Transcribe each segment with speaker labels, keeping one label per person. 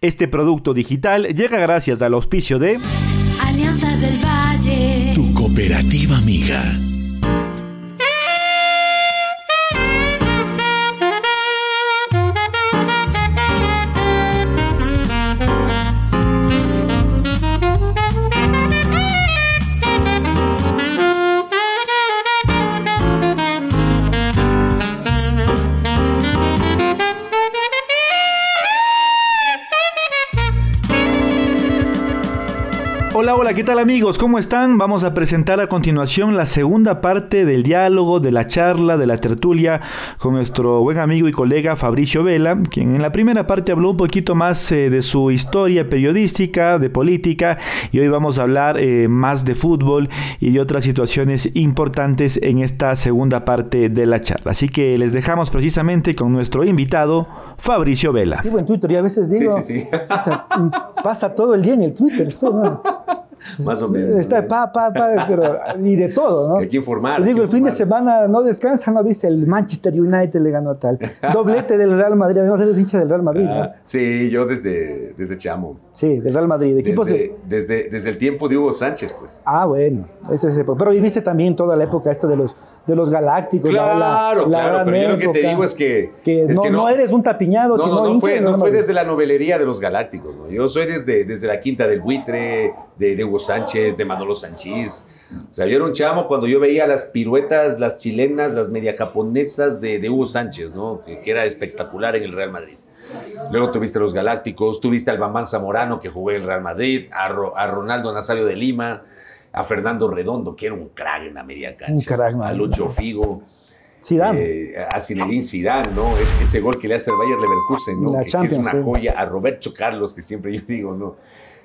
Speaker 1: Este producto digital llega gracias al auspicio de
Speaker 2: Alianza del Valle.
Speaker 3: Tu cooperativa amiga.
Speaker 1: Hola, hola, ¿qué tal amigos? ¿Cómo están? Vamos a presentar a continuación la segunda parte del diálogo, de la charla, de la tertulia con nuestro buen amigo y colega Fabricio Vela, quien en la primera parte habló un poquito más eh, de su historia periodística, de política, y hoy vamos a hablar eh, más de fútbol y de otras situaciones importantes en esta segunda parte de la charla. Así que les dejamos precisamente con nuestro invitado, Fabricio Vela.
Speaker 4: Vivo en Twitter y a veces digo,
Speaker 5: sí, sí.
Speaker 4: "Pucha, mm, pasa todo el día en el Twitter. usted, ¿no?
Speaker 5: Más o menos.
Speaker 4: Está pa, pa, pa, pero, y de todo, ¿no?
Speaker 5: Hay que informar,
Speaker 4: Le
Speaker 5: hay
Speaker 4: Digo,
Speaker 5: que
Speaker 4: el fin de
Speaker 5: informar.
Speaker 4: semana no descansa, no dice el Manchester United le ganó a tal. Doblete del Real Madrid, además eres hincha del Real Madrid, ¿no?
Speaker 5: Ah, sí, yo desde, desde Chamo.
Speaker 4: Sí, del Real Madrid. Equipos
Speaker 5: Desde,
Speaker 4: de-
Speaker 5: desde, desde el tiempo de Hugo Sánchez, pues.
Speaker 4: Ah, bueno, ese es Pero viviste también toda la época esta de los, de los galácticos. la- la-
Speaker 5: Claro,
Speaker 4: la
Speaker 5: claro,
Speaker 4: gran
Speaker 5: pero yo lo que te
Speaker 4: época.
Speaker 5: digo es que-
Speaker 4: que,
Speaker 5: es
Speaker 4: no,
Speaker 5: que
Speaker 4: no
Speaker 5: no.
Speaker 4: eres un tapiñado,
Speaker 5: No,
Speaker 4: sino
Speaker 5: no, no
Speaker 4: hincha
Speaker 5: fue,
Speaker 4: del
Speaker 5: no
Speaker 4: Real
Speaker 5: fue
Speaker 4: Madrid.
Speaker 5: desde la novelería de los galácticos, ¿no? Yo soy desde, desde la quinta del buitre, de, de Hugo Sánchez, de Manolo Sanchís. O sea, yo era un chamo cuando yo veía las piruetas, las chilenas, las media japonesas de, de Hugo Sánchez, ¿no? Que, que era espectacular en el Real Madrid. Luego tuviste a los Galácticos, tuviste al Bambán Zamorano que jugó en el Real Madrid, a, Ro- a Ronaldo Nazario de Lima, a Fernando Redondo, que era un crack en la media cancha,
Speaker 4: crack, man.
Speaker 5: a Lucho Figo.
Speaker 4: Zidane.
Speaker 5: Eh, a Zinedine Zidane, ¿no? Es- ese gol que le hace el Bayern Leverkusen, ¿no?
Speaker 4: La
Speaker 5: que, que
Speaker 4: Champions,
Speaker 5: es una
Speaker 4: sí.
Speaker 5: joya. A Roberto Carlos, que siempre yo digo, ¿no? O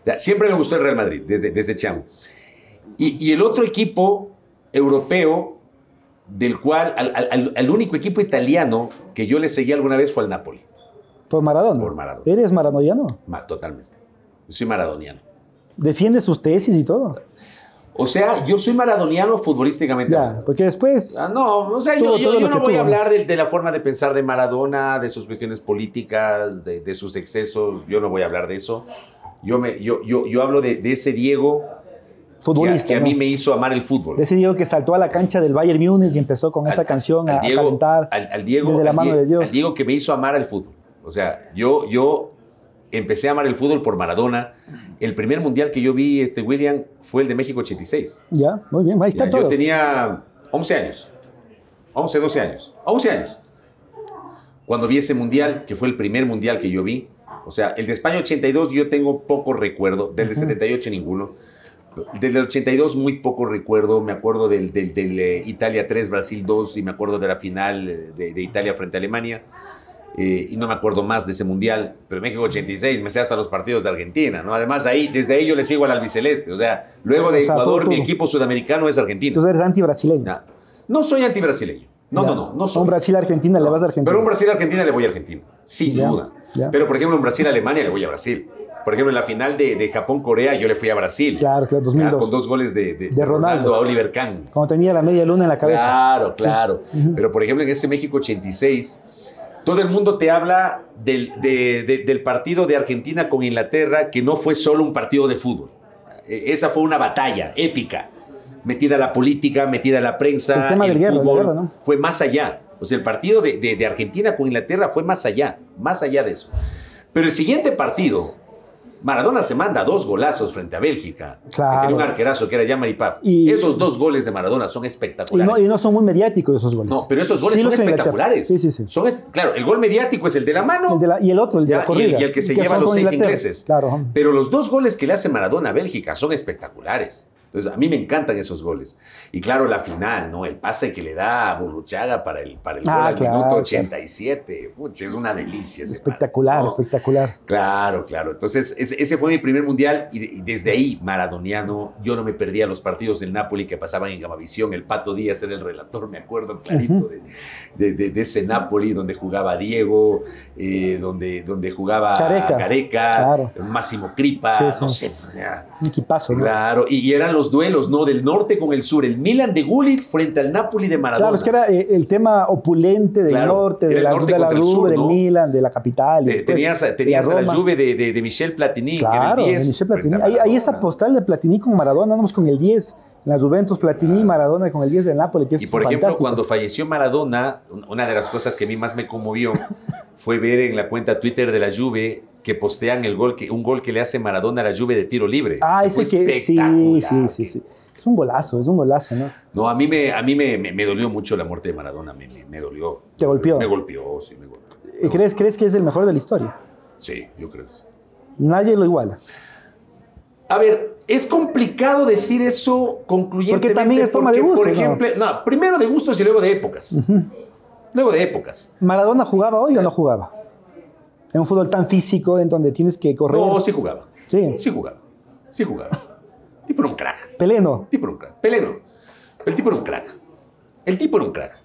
Speaker 5: sea, siempre me gustó el Real Madrid, desde, desde chamo. Y, y el otro equipo europeo, del cual, al, al- al- al único equipo italiano que yo le seguí alguna vez fue al Napoli.
Speaker 4: por Maradona.
Speaker 5: por Maradona.
Speaker 4: ¿Eres maranoiano?
Speaker 5: Ma- totalmente. Yo soy maradoniano.
Speaker 4: Defiende sus tesis y todo.
Speaker 5: O sea, yo soy maradoniano futbolísticamente.
Speaker 4: Ya,
Speaker 5: hablando.
Speaker 4: porque después.
Speaker 5: Ah, no, o sea,
Speaker 4: Todo-
Speaker 5: yo, yo-
Speaker 4: todo
Speaker 5: yo
Speaker 4: lo
Speaker 5: no
Speaker 4: que
Speaker 5: voy
Speaker 4: tuvo, ¿no?
Speaker 5: a hablar de, de la forma de pensar de Maradona, de sus cuestiones políticas, de, de sus excesos, yo no voy a hablar de eso. Yo, me, yo, yo, yo hablo de, de ese Diego que a,
Speaker 4: futbolista.
Speaker 5: que a mí
Speaker 4: ¿no?
Speaker 5: me hizo amar el fútbol.
Speaker 4: Decidió que saltó a la cancha del Bayern Múnich y empezó con esa
Speaker 5: Al-
Speaker 4: canción
Speaker 5: al
Speaker 4: a, a calentar.
Speaker 5: al, al Diego,
Speaker 4: desde la
Speaker 5: al
Speaker 4: mano
Speaker 5: Die-
Speaker 4: de Dios.
Speaker 5: al Diego que me hizo amar el fútbol. O sea, yo, yo empecé a amar el fútbol por Maradona. El primer mundial que yo vi, este William, fue el de México 86.
Speaker 4: Ya, muy bien, ahí está
Speaker 5: Ya,
Speaker 4: todo.
Speaker 5: Yo tenía 11 años. 11, 12 años. 11 años. Cuando vi ese mundial, que fue el primer mundial que yo vi. O sea, el de España 82 yo tengo poco recuerdo. Del de 78 ninguno. Del 82 muy poco recuerdo. Me acuerdo del, del- del, eh, Italia 3, Brasil 2 y me acuerdo de la final eh, de, de Italia frente a Alemania. Eh, y no me acuerdo más de ese mundial, pero México 86, me sé hasta los partidos de Argentina, ¿no? Además, ahí, desde ahí yo le sigo al albiceleste, o sea, luego de
Speaker 4: O sea, tú-
Speaker 5: Ecuador,
Speaker 4: tú-
Speaker 5: mi equipo sudamericano es Argentina.
Speaker 4: Entonces eres anti-brasileño.
Speaker 5: Ya. No soy antibrasileño. No,
Speaker 4: Ya.
Speaker 5: no, no, no soy.
Speaker 4: Un Brasil-Argentina le vas a Argentina.
Speaker 5: Pero un Brasil-Argentina le voy a Argentina, sin
Speaker 4: Ya,
Speaker 5: duda.
Speaker 4: ya.
Speaker 5: Pero, por ejemplo, un Brasil-Alemania le voy a Brasil. Por ejemplo, en la final de, de Japón-Corea yo le fui a Brasil.
Speaker 4: Claro, claro,
Speaker 5: Ya,
Speaker 4: 2002.
Speaker 5: Con dos goles de,
Speaker 4: De
Speaker 5: de- de Ronaldo.
Speaker 4: Ronaldo.
Speaker 5: a Oliver Kahn.
Speaker 4: Cuando tenía la media luna en la cabeza.
Speaker 5: Claro, claro. Pero por ejemplo, en ese México 86, todo el mundo te habla del, de- de- del partido de Argentina con Inglaterra, que no fue solo un partido de fútbol. Eh, Esa fue una batalla épica, metida la política, metida la prensa.
Speaker 4: El tema del guerra, la
Speaker 5: fútbol,
Speaker 4: guerra, ¿no?
Speaker 5: Fue más allá. O sea, el partido de, de- de Argentina con Inglaterra fue más allá, más allá de eso. Pero el siguiente partido, Maradona se manda dos golazos frente a Bélgica. que
Speaker 4: Claro.
Speaker 5: Tenía un arquerazo que era Yamari Paf.
Speaker 4: Y-
Speaker 5: Esos dos goles de Maradona son
Speaker 4: Y
Speaker 5: espectaculares.
Speaker 4: no, y no son muy mediáticos esos goles.
Speaker 5: No, pero esos goles
Speaker 4: Sí,
Speaker 5: son
Speaker 4: los de Inglaterra.
Speaker 5: espectaculares.
Speaker 4: Sí, sí, sí.
Speaker 5: Son es- claro, el gol mediático es el de la mano
Speaker 4: El de la- y el otro, el de
Speaker 5: ya,
Speaker 4: la
Speaker 5: y el-
Speaker 4: corrida.
Speaker 5: y el que se lleva a
Speaker 4: son
Speaker 5: los
Speaker 4: con
Speaker 5: seis
Speaker 4: Inglaterra.
Speaker 5: ingleses.
Speaker 4: Claro.
Speaker 5: Pero los dos goles que le hace Maradona a Bélgica son espectaculares. Entonces, a mí me encantan esos goles. Y claro, la final, ¿no? El pase que le da a Burruchaga para el, para el gol
Speaker 4: Ah,
Speaker 5: al
Speaker 4: claro,
Speaker 5: minuto
Speaker 4: claro.
Speaker 5: 87. Puch, es una delicia. ese pase,
Speaker 4: Espectacular,
Speaker 5: ¿no?
Speaker 4: espectacular.
Speaker 5: Claro, claro. Entonces, ese, ese fue mi primer mundial y, de- y desde ahí, maradoniano, yo no me perdía los partidos del Napoli que pasaban en Gamavisión. El Pato Díaz era el relator, me acuerdo clarito de, de- de- de ese Napoli donde jugaba Diego, eh, donde, donde jugaba
Speaker 4: Careca.
Speaker 5: Careca,
Speaker 4: Claro.
Speaker 5: Máximo Cripa,
Speaker 4: Sí, sí.
Speaker 5: no sé. o sea,
Speaker 4: Un equipazo, ¿no?
Speaker 5: claro. Y, y eran los los duelos, ¿no? Del norte con el sur. El Milan de Gullit frente al Napoli de Maradona.
Speaker 4: Claro, es que era eh, el tema opulente del
Speaker 5: Claro,
Speaker 4: norte,
Speaker 5: era
Speaker 4: de
Speaker 5: el
Speaker 4: la,
Speaker 5: norte
Speaker 4: de la
Speaker 5: contra el
Speaker 4: Rue,
Speaker 5: sur,
Speaker 4: del
Speaker 5: ¿no?
Speaker 4: Milan, de la capital. y
Speaker 5: Te-
Speaker 4: después
Speaker 5: tenías
Speaker 4: de
Speaker 5: a- tenías a la
Speaker 4: Roma.
Speaker 5: Juve de, de, de Michel Platini,
Speaker 4: Claro,
Speaker 5: que
Speaker 4: de
Speaker 5: era el 10.
Speaker 4: Michel
Speaker 5: frente
Speaker 4: Platini.
Speaker 5: a
Speaker 4: Ahí, ahí esa
Speaker 5: Maradona.
Speaker 4: postal de Platini con Maradona, andamos con el 10. En las Juventus, Platini y Maradona con el 10 del Napoli, que es
Speaker 5: Y por ejemplo,
Speaker 4: fantástico.
Speaker 5: cuando falleció Maradona, un- una de las cosas que a mí más me conmovió fue ver en la cuenta Twitter de la Juve que postean el gol que, un gol que le hace Maradona a la Juve de tiro libre.
Speaker 4: Ah, ese
Speaker 5: fue
Speaker 4: que... Sí, sí,
Speaker 5: espectacular.
Speaker 4: sí, sí. Es un golazo, es un golazo, ¿no?
Speaker 5: No, a mí me, a mí me, me- me dolió mucho la muerte de Maradona, me, me- me dolió.
Speaker 4: ¿Te golpeó?
Speaker 5: Me golpeó, sí, me golpeó.
Speaker 4: ¿Y Eh, ¿Crees, ¿Crees que es el mejor de la historia?
Speaker 5: Sí, yo creo que sí.
Speaker 4: Nadie lo iguala.
Speaker 5: A ver, es complicado decir eso concluyentemente.
Speaker 4: Porque también es toma de
Speaker 5: porque, Por
Speaker 4: gustos, ¿no?
Speaker 5: ejemplo, ¿no? primero de gustos y luego de épocas. Luego de épocas.
Speaker 4: ¿Maradona jugaba hoy o no jugaba? En un fútbol tan físico, en donde tienes que correr.
Speaker 5: No, sí jugaba.
Speaker 4: Sí.
Speaker 5: Sí jugaba. Sí jugaba. tipo era un crack.
Speaker 4: Pelé no.
Speaker 5: tipo era un crack. Pelé no. El tipo era un crack. El tipo era un crack.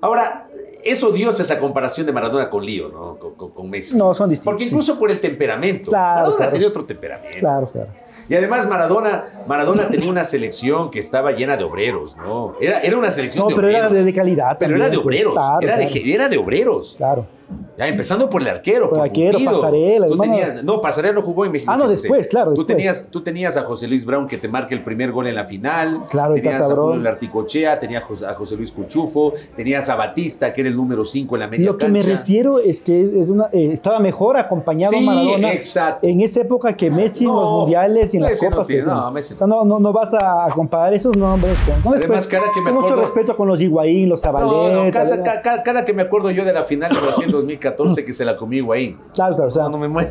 Speaker 5: Ahora, es odiosa esa comparación de Maradona con Lío, ¿no? Con, con- con Messi.
Speaker 4: No, son distintos,
Speaker 5: Porque
Speaker 4: sí.
Speaker 5: incluso por el temperamento.
Speaker 4: Claro,
Speaker 5: Maradona
Speaker 4: claro.
Speaker 5: tenía otro temperamento.
Speaker 4: Claro, claro.
Speaker 5: Y además Maradona, Maradona tenía una selección que estaba llena de obreros, ¿no? Era, era una selección
Speaker 4: No,
Speaker 5: de
Speaker 4: pero
Speaker 5: obreros.
Speaker 4: era de, de calidad.
Speaker 5: Pero
Speaker 4: también,
Speaker 5: era de
Speaker 4: pues,
Speaker 5: obreros.
Speaker 4: claro,
Speaker 5: era,
Speaker 4: claro,
Speaker 5: de, era de obreros.
Speaker 4: claro.
Speaker 5: Ya, empezando por el arquero.
Speaker 4: Por
Speaker 5: Por
Speaker 4: arquero,
Speaker 5: Pumpido.
Speaker 4: Pasarela,
Speaker 5: Tú
Speaker 4: hermano.
Speaker 5: tenías- no, Pasarela no jugó en México.
Speaker 4: Ah, no, después, claro,
Speaker 5: Tú
Speaker 4: después.
Speaker 5: tenías, tú tenías a José Luis Brown que te marca el primer gol en la final.
Speaker 4: Claro, el
Speaker 5: tenías
Speaker 4: Tata
Speaker 5: a
Speaker 4: Brown.
Speaker 5: Julio Articochea, tenías a Jos- a José Luis Cuchufo, tenías a Batista, que era el número 5 en la media
Speaker 4: Lo que me
Speaker 5: cancha.
Speaker 4: refiero es que es una, eh, estaba mejor acompañado
Speaker 5: Sí,
Speaker 4: Maradona
Speaker 5: exacto.
Speaker 4: en esa época que Messi en los
Speaker 5: No,
Speaker 4: mundiales y en las
Speaker 5: Messi no
Speaker 4: copas. que
Speaker 5: tiene, no,
Speaker 4: tiene.
Speaker 5: Messi
Speaker 4: O sea, no, no, no vas a a comparar esos nombres. con- con
Speaker 5: Además,
Speaker 4: después,
Speaker 5: cara que me
Speaker 4: con mucho
Speaker 5: acuerdo-
Speaker 4: respeto con los Higuaín, los
Speaker 5: No,
Speaker 4: Zabaleta.
Speaker 5: no, casa-
Speaker 4: ¿verdad?
Speaker 5: ca- ca- cara que me acuerdo yo de la final de Brasil 2014 que se la comí Higuaín.
Speaker 4: Claro, claro. O sea,
Speaker 5: No, no me muero.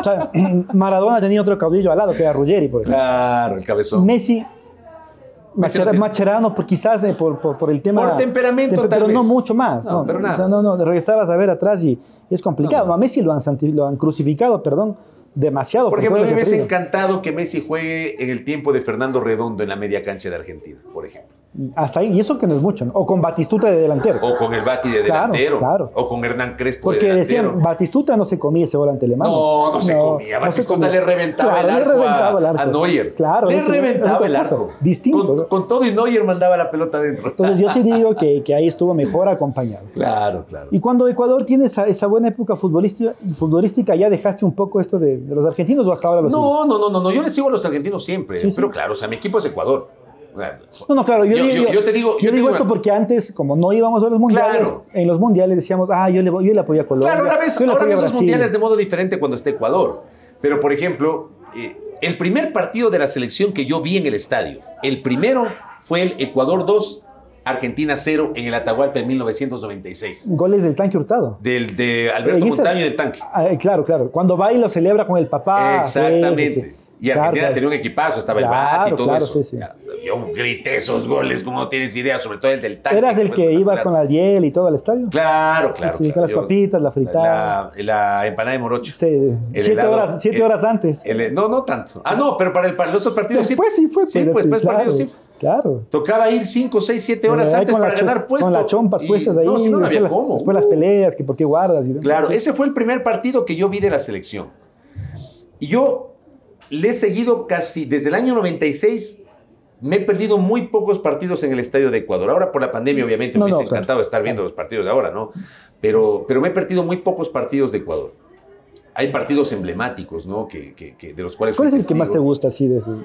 Speaker 4: o sea, Maradona tenía otro caudillo al lado, que era Ruggeri, por ejemplo.
Speaker 5: Claro, el cabezón.
Speaker 4: Messi,
Speaker 5: Messi no
Speaker 4: Machera-
Speaker 5: tiene-
Speaker 4: Macherano, por, quizás eh, por, por- por el tema.
Speaker 5: Por temperamento,
Speaker 4: Tempe-
Speaker 5: tal
Speaker 4: Pero no
Speaker 5: vez.
Speaker 4: mucho más.
Speaker 5: No,
Speaker 4: No,
Speaker 5: pero nada
Speaker 4: O sea,
Speaker 5: más.
Speaker 4: no, no, regresabas a ver atrás y, y es complicado.
Speaker 5: No, no.
Speaker 4: A Messi lo han, santi- lo han crucificado, perdón, demasiado. por
Speaker 5: Por ejemplo,
Speaker 4: todo
Speaker 5: a
Speaker 4: lo
Speaker 5: mí me
Speaker 4: que te
Speaker 5: hubiese
Speaker 4: digo.
Speaker 5: encantado que Messi juegue en el tiempo de Fernando Redondo en la media cancha de Argentina, por ejemplo.
Speaker 4: Hasta ahí, y eso que no es mucho. ¿no? O con Batistuta de delantero.
Speaker 5: O con el Bati de
Speaker 4: Claro,
Speaker 5: delantero.
Speaker 4: claro.
Speaker 5: O con Hernán Crespo
Speaker 4: porque
Speaker 5: de delantero.
Speaker 4: decían, Batistuta no se comía ese gol ante Alemania.
Speaker 5: no, no se comía.
Speaker 4: no se
Speaker 5: Batistuta
Speaker 4: comía.
Speaker 5: le reventaba
Speaker 4: Claro,
Speaker 5: el
Speaker 4: le
Speaker 5: arco
Speaker 4: reventaba
Speaker 5: a,
Speaker 4: el arco.
Speaker 5: a Neuer.
Speaker 4: Claro,
Speaker 5: le
Speaker 4: eso-
Speaker 5: reventaba
Speaker 4: otra
Speaker 5: el
Speaker 4: cosa.
Speaker 5: arco.
Speaker 4: Distinto,
Speaker 5: Con,
Speaker 4: ¿no?
Speaker 5: con todo y Neuer mandaba la pelota dentro.
Speaker 4: Entonces yo sí digo que, que ahí estuvo mejor acompañado.
Speaker 5: Claro, claro.
Speaker 4: Y cuando Ecuador tiene esa, esa buena época futbolística, futbolística, ¿ya dejaste un poco esto de, de los argentinos o hasta ahora los
Speaker 5: No, no, no, no, no. Yo le sigo a los argentinos siempre.
Speaker 4: Sí, sí.
Speaker 5: Pero claro, o sea, mi equipo es Ecuador. O sea,
Speaker 4: No, no, claro, yo,
Speaker 5: Yo-
Speaker 4: digo,
Speaker 5: yo- yo te digo-
Speaker 4: yo
Speaker 5: yo
Speaker 4: digo
Speaker 5: te digo
Speaker 4: esto
Speaker 5: una-
Speaker 4: porque antes, como no íbamos a los mundiales,
Speaker 5: Claro.
Speaker 4: en los mundiales decíamos, ah, yo le, voy- yo le apoyo a Colombia.
Speaker 5: Claro, ahora ves,
Speaker 4: yo le
Speaker 5: ahora
Speaker 4: apoyo a
Speaker 5: ves los
Speaker 4: Brasil".
Speaker 5: mundiales de modo diferente cuando está Ecuador. Pero, por ejemplo, eh, el primer partido de la selección que yo vi en el estadio, el primero fue el Ecuador 2, Argentina 0 en el Atahualpa en 1996.
Speaker 4: Goles del tanque Hurtado.
Speaker 5: Del de Alberto
Speaker 4: Pero en esa-
Speaker 5: Montaño y del tanque.
Speaker 4: Ah, eh, claro, claro. Cuando va y lo celebra con el papá. Ah, sí, sí, sí.
Speaker 5: Exactamente. Y
Speaker 4: Claro,
Speaker 5: Argentina
Speaker 4: claro.
Speaker 5: tenía un equipazo, estaba el
Speaker 4: Claro,
Speaker 5: bat y todo
Speaker 4: claro,
Speaker 5: eso.
Speaker 4: sí, sí.
Speaker 5: Ya, Yo grité esos goles, como no tienes idea, sobre todo el del tanque.
Speaker 4: ¿Eras el que iba con la biel y todo al estadio?
Speaker 5: Claro, claro.
Speaker 4: Sí, con
Speaker 5: claro.
Speaker 4: las
Speaker 5: Yo-
Speaker 4: papitas, la fritada.
Speaker 5: La, la empanada de morocho.
Speaker 4: Sí, siete
Speaker 5: helado,
Speaker 4: horas, siete
Speaker 5: el-
Speaker 4: horas antes.
Speaker 5: El- no, no tanto. Ah, no, pero para, el, para los otros partidos
Speaker 4: Después
Speaker 5: sí.
Speaker 4: sí fue.
Speaker 5: Sí,
Speaker 4: pero
Speaker 5: pues,
Speaker 4: sí,
Speaker 5: después
Speaker 4: claro,
Speaker 5: partidos sí.
Speaker 4: Claro.
Speaker 5: Tocaba ir 5, 6, 7 horas
Speaker 4: Ahí
Speaker 5: antes
Speaker 4: con la
Speaker 5: para
Speaker 4: cho-
Speaker 5: ganar puesto.
Speaker 4: Con las chompas
Speaker 5: Y-
Speaker 4: puestas ahí.
Speaker 5: No, si no, no había
Speaker 4: después, la-
Speaker 5: cómo.
Speaker 4: después las peleas, que por qué guardas. Y,
Speaker 5: Claro, ese fue el primer partido que yo vi de la selección. Y yo le he seguido casi desde el año 96. Me he perdido muy pocos partidos en el estadio de Ecuador. Ahora por la pandemia, obviamente,
Speaker 4: No,
Speaker 5: me
Speaker 4: no,
Speaker 5: hubiese
Speaker 4: claro.
Speaker 5: encantado estar viendo los partidos de ahora, ¿no? Pero, pero me he perdido muy pocos partidos de Ecuador. Hay partidos emblemáticos, ¿no? Que, que- que- de los cuales.
Speaker 4: ¿Cuál es
Speaker 5: fui
Speaker 4: el que más te
Speaker 5: testigo.
Speaker 4: gusta así de su-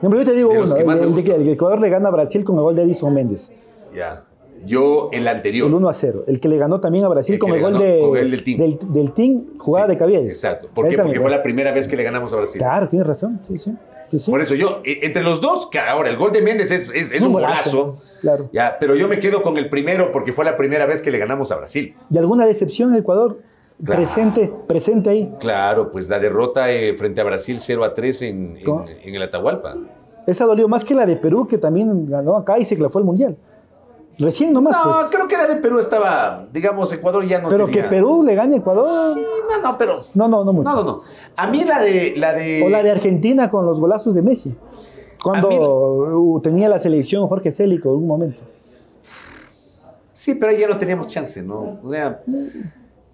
Speaker 4: No, pero yo te digo
Speaker 5: De los
Speaker 4: uno,
Speaker 5: que
Speaker 4: el,
Speaker 5: más me
Speaker 4: el de que
Speaker 5: gusta.
Speaker 4: el que Ecuador le gana a Brasil con el gol de Edison Méndez,
Speaker 5: Ya. Yo, el anterior.
Speaker 4: el 1 a 0. El que le ganó también a Brasil
Speaker 5: El
Speaker 4: con
Speaker 5: que
Speaker 4: el
Speaker 5: le
Speaker 4: gol
Speaker 5: ganó
Speaker 4: de,
Speaker 5: con el del Team.
Speaker 4: del, del team, jugada
Speaker 5: Sí,
Speaker 4: de Caviedes.
Speaker 5: Exacto. ¿Por qué?
Speaker 4: Ahí también,
Speaker 5: Porque fue la primera vez que le ganamos a Brasil.
Speaker 4: Claro, tienes razón. Sí, sí. sí, sí.
Speaker 5: Por eso yo, eh, entre los dos, que ahora el gol de Méndez es, es- es un golazo.
Speaker 4: Claro.
Speaker 5: Ya, pero yo me quedo con el primero porque fue la primera vez que le ganamos a Brasil.
Speaker 4: ¿Y alguna decepción en Ecuador?
Speaker 5: Claro.
Speaker 4: Presente, presente ahí.
Speaker 5: Claro, pues la derrota eh, frente a Brasil 0 a 3 en, en-
Speaker 4: ¿Cómo? Pues,
Speaker 5: en el Atahualpa.
Speaker 4: Esa dolió más que la de Perú, que también ganó acá y se fue al Mundial. Recién nomás,
Speaker 5: No,
Speaker 4: pues.
Speaker 5: creo que la de Perú estaba, digamos, Ecuador ya no
Speaker 4: Pero
Speaker 5: tenía-
Speaker 4: que Perú le gane a Ecuador.
Speaker 5: Sí, no, no, pero...
Speaker 4: No, no, no mucho.
Speaker 5: No, no, no. A mí la de... La de,
Speaker 4: O la de Argentina con los golazos de Messi. Cuando
Speaker 5: A mí-
Speaker 4: uh, tenía la selección Jorge Célico en un momento.
Speaker 5: Sí, pero ahí ya no teníamos chance, ¿no? O sea,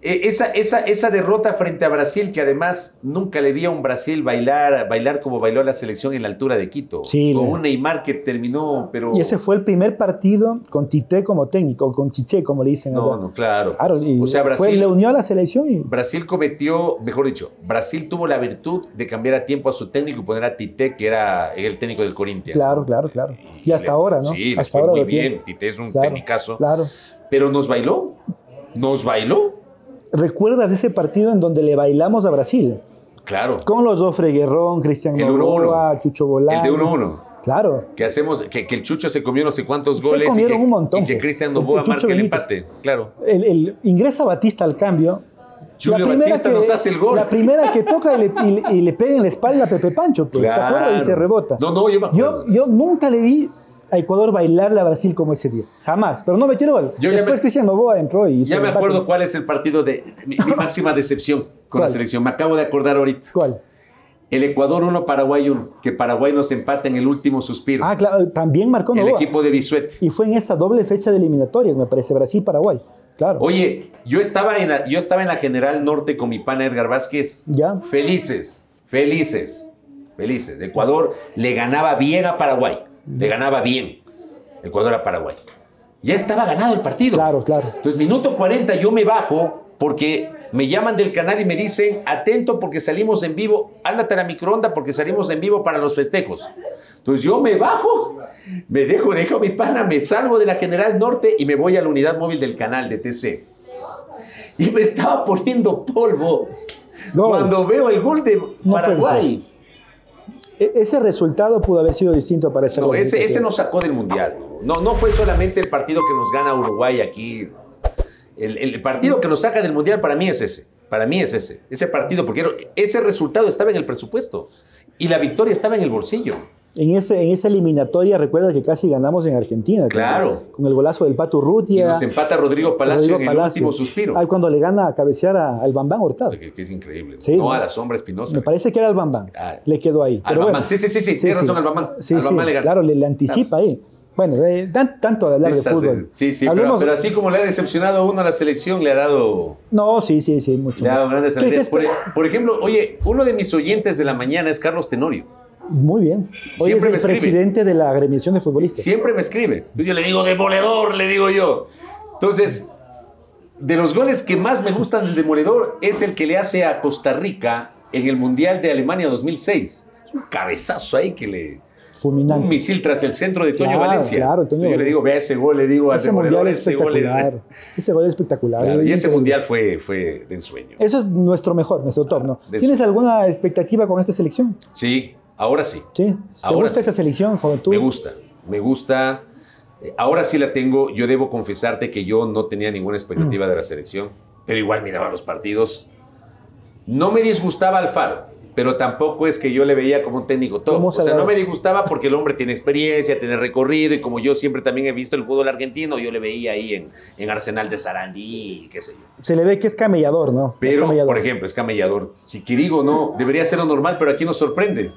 Speaker 5: E- Esa, esa, esa derrota frente a Brasil, que además nunca le vi a un Brasil bailar, bailar como bailó la selección en la altura de Quito.
Speaker 4: Sí,
Speaker 5: con
Speaker 4: le-
Speaker 5: un Neymar que terminó, pero.
Speaker 4: Y ese fue el primer partido con Tite como técnico, con Chiche, como le dicen.
Speaker 5: No,
Speaker 4: allá.
Speaker 5: no, claro.
Speaker 4: Claro, y
Speaker 5: o sea,
Speaker 4: fue-
Speaker 5: Brasil,
Speaker 4: le unió a la selección y
Speaker 5: Brasil cometió, mejor dicho, Brasil tuvo la virtud de cambiar a tiempo a su técnico y poner a Tite, que era el técnico del Corinthians.
Speaker 4: Claro, claro, claro. Y hasta
Speaker 5: le-
Speaker 4: ahora, ¿no?
Speaker 5: Sí, les
Speaker 4: hasta
Speaker 5: fue
Speaker 4: ahora
Speaker 5: muy
Speaker 4: lo tiene.
Speaker 5: bien. Tite es un
Speaker 4: Claro,
Speaker 5: técnicazo.
Speaker 4: Claro.
Speaker 5: Pero nos bailó. Nos bailó.
Speaker 4: ¿Recuerdas ese partido en donde le bailamos a Brasil?
Speaker 5: Claro.
Speaker 4: Con los Jofre Guerrón, Cristian
Speaker 5: El
Speaker 4: Novoa,
Speaker 5: 1-1.
Speaker 4: Chucho Volán.
Speaker 5: El de 1-1.
Speaker 4: Claro.
Speaker 5: que hacemos que, que el Chucho se comió no sé cuántos
Speaker 4: Se
Speaker 5: goles
Speaker 4: comieron
Speaker 5: y que,
Speaker 4: un montón,
Speaker 5: y que
Speaker 4: pues.
Speaker 5: Cristian
Speaker 4: El
Speaker 5: Novoa
Speaker 4: Chucho
Speaker 5: marca el
Speaker 4: Benítez.
Speaker 5: empate. Claro.
Speaker 4: El, el- ingresa Batista al cambio.
Speaker 5: Julio Batista nos hace el gol.
Speaker 4: La primera que toca y le, y le- y le pega en la espalda a Pepe Pancho, pues, ¿te acuerdas?
Speaker 5: Claro.
Speaker 4: Y se rebota.
Speaker 5: No, no, yo me
Speaker 4: Yo,
Speaker 5: acuerdo.
Speaker 4: yo nunca le vi a Ecuador bailarle a Brasil como ese día. Jamás. Pero no metió el gol.
Speaker 5: Yo ya
Speaker 4: Después
Speaker 5: me-
Speaker 4: Cristian Novoa entró y hizo
Speaker 5: ya
Speaker 4: el
Speaker 5: me
Speaker 4: empate.
Speaker 5: acuerdo cuál es el partido de mi, mi máxima decepción con la
Speaker 4: ¿Cuál?
Speaker 5: selección. Me acabo de acordar ahorita.
Speaker 4: ¿Cuál?
Speaker 5: El Ecuador 1, Paraguay 1. Que Paraguay nos empata en el último suspiro.
Speaker 4: Ah, claro. También marcó
Speaker 5: el
Speaker 4: Novoa.
Speaker 5: equipo de Bisuete.
Speaker 4: Y fue en esa doble fecha de eliminatorias, me parece, Brasil-Paraguay. Claro.
Speaker 5: Oye, yo estaba, en la, yo estaba en la General Norte con mi pana Edgar Vázquez.
Speaker 4: Ya.
Speaker 5: Felices, felices, felices. Ecuador le ganaba bien a Paraguay. Le ganaba bien. Ecuador a Paraguay. Ya estaba ganado el partido.
Speaker 4: Claro, claro.
Speaker 5: Entonces, minuto 40, yo me bajo porque me llaman del canal y me dicen, atento porque salimos en vivo, ándate a la microonda porque salimos en vivo para los festejos. Entonces yo me bajo, me dejo, dejo a mi pana, me salgo de la General Norte y me voy a la unidad móvil del canal de TC. Y me estaba poniendo polvo
Speaker 4: No.
Speaker 5: cuando veo el gol de
Speaker 4: No
Speaker 5: Paraguay.
Speaker 4: E- ese resultado pudo haber sido distinto para esa
Speaker 5: No, ese, ese
Speaker 4: clasificación.
Speaker 5: nos sacó del mundial. No, no fue solamente el partido que nos gana Uruguay aquí. El, el partido que nos saca del mundial para mí es ese. Para mí es ese. Ese partido, porque era- ese resultado estaba en el presupuesto y la victoria estaba en el bolsillo.
Speaker 4: En, ese, en esa eliminatoria, recuerda que casi ganamos en Argentina. con-
Speaker 5: Claro.
Speaker 4: Con el golazo del Pato
Speaker 5: Y
Speaker 4: Rutia.
Speaker 5: nos empata Rodrigo Palacio en el último suspiro.
Speaker 4: Ay, cuando le gana a cabecear a- al Bambán Hurtado.
Speaker 5: Que, que es increíble.
Speaker 4: Sí,
Speaker 5: no,
Speaker 4: ¿no?
Speaker 5: a la sombra espinosa.
Speaker 4: Me parece que era al Bambán.
Speaker 5: Ah.
Speaker 4: Le quedó ahí.
Speaker 5: Al
Speaker 4: Pero
Speaker 5: Bambán.
Speaker 4: bueno.
Speaker 5: Sí, sí, sí, sí. Tienes razón, al Bambán.
Speaker 4: Sí,
Speaker 5: Al
Speaker 4: sí,
Speaker 5: Bambán le gana.
Speaker 4: Claro, le, le anticipa ahí. Bueno, eh, tan- tanto de hablar de
Speaker 5: Esas de-
Speaker 4: fútbol.
Speaker 5: sí, sí, pero,
Speaker 4: Hablemos-
Speaker 5: pero así como le ha decepcionado a uno a la selección, le ha dado
Speaker 4: No, sí, sí, sí, mucho.
Speaker 5: Le ha dado
Speaker 4: más.
Speaker 5: grandes
Speaker 4: ¿Qué- qué
Speaker 5: alegrías. Por, e-,
Speaker 4: espe-
Speaker 5: por ejemplo, oye, uno de mis oyentes de la mañana es Carlos Tenorio.
Speaker 4: Muy bien. Hoy
Speaker 5: Siempre me
Speaker 4: es el
Speaker 5: escribe.
Speaker 4: presidente de la agremiación de futbolistas.
Speaker 5: Siempre me escribe. Yo le digo demoledor, le digo yo. Entonces, de los goles que más me gustan del demoledor es el que le hace a Costa Rica en el Mundial de Alemania 2006. Es un cabezazo ahí que le... Un
Speaker 4: Fulminante.
Speaker 5: misil tras el centro de Toño
Speaker 4: Claro,
Speaker 5: Valencia.
Speaker 4: claro, Toño
Speaker 5: yo le
Speaker 4: Valencia.
Speaker 5: digo, vea ese gol, le digo al
Speaker 4: Ese
Speaker 5: demoledor,
Speaker 4: mundial es
Speaker 5: ese gol. le-
Speaker 4: espectacular. Ese gol es espectacular.
Speaker 5: Claro, y ese
Speaker 4: Increíble.
Speaker 5: Mundial fue, fue de ensueño.
Speaker 4: Eso es nuestro mejor, nuestro top, ¿no?
Speaker 5: De
Speaker 4: ¿Tienes alguna expectativa con esta selección?
Speaker 5: Sí, ahora sí.
Speaker 4: Sí. ¿Te
Speaker 5: Ahora
Speaker 4: gusta
Speaker 5: sí.
Speaker 4: esta selección, juventud?
Speaker 5: Me gusta, me gusta. Eh, Ahora sí la tengo. Yo debo confesarte que yo no tenía ninguna expectativa
Speaker 4: Mm.
Speaker 5: de la selección, pero igual miraba los partidos. No me disgustaba Alfaro, pero tampoco es que yo le veía como un técnico top.
Speaker 4: Como
Speaker 5: O sea,
Speaker 4: Salgado.
Speaker 5: no me disgustaba porque el hombre tiene experiencia, tiene recorrido y como yo siempre también he visto el fútbol argentino, yo le veía ahí en, en Arsenal de Sarandí, qué sé yo.
Speaker 4: Se le ve que es camellador, ¿no? es
Speaker 5: Pero,
Speaker 4: camellador.
Speaker 5: por ejemplo, es camellador. Si que digo no, debería ser lo normal, pero aquí nos sorprende.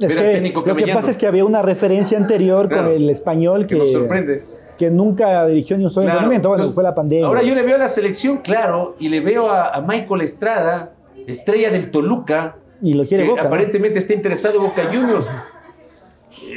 Speaker 4: Es
Speaker 5: Ver al
Speaker 4: que
Speaker 5: técnico
Speaker 4: lo que
Speaker 5: camellando.
Speaker 4: pasa es que había una referencia anterior
Speaker 5: Claro,
Speaker 4: con el español que,
Speaker 5: que nos sorprende.
Speaker 4: que nunca dirigió ni un solo
Speaker 5: Claro.
Speaker 4: entrenamiento. Bueno,
Speaker 5: Entonces,
Speaker 4: fue la pandemia.
Speaker 5: Ahora yo le veo a la selección, claro, y le veo a, a Michael Estrada, estrella del Toluca,
Speaker 4: y lo quiere
Speaker 5: que
Speaker 4: Boca. ¿no?
Speaker 5: aparentemente está interesado en Boca Juniors.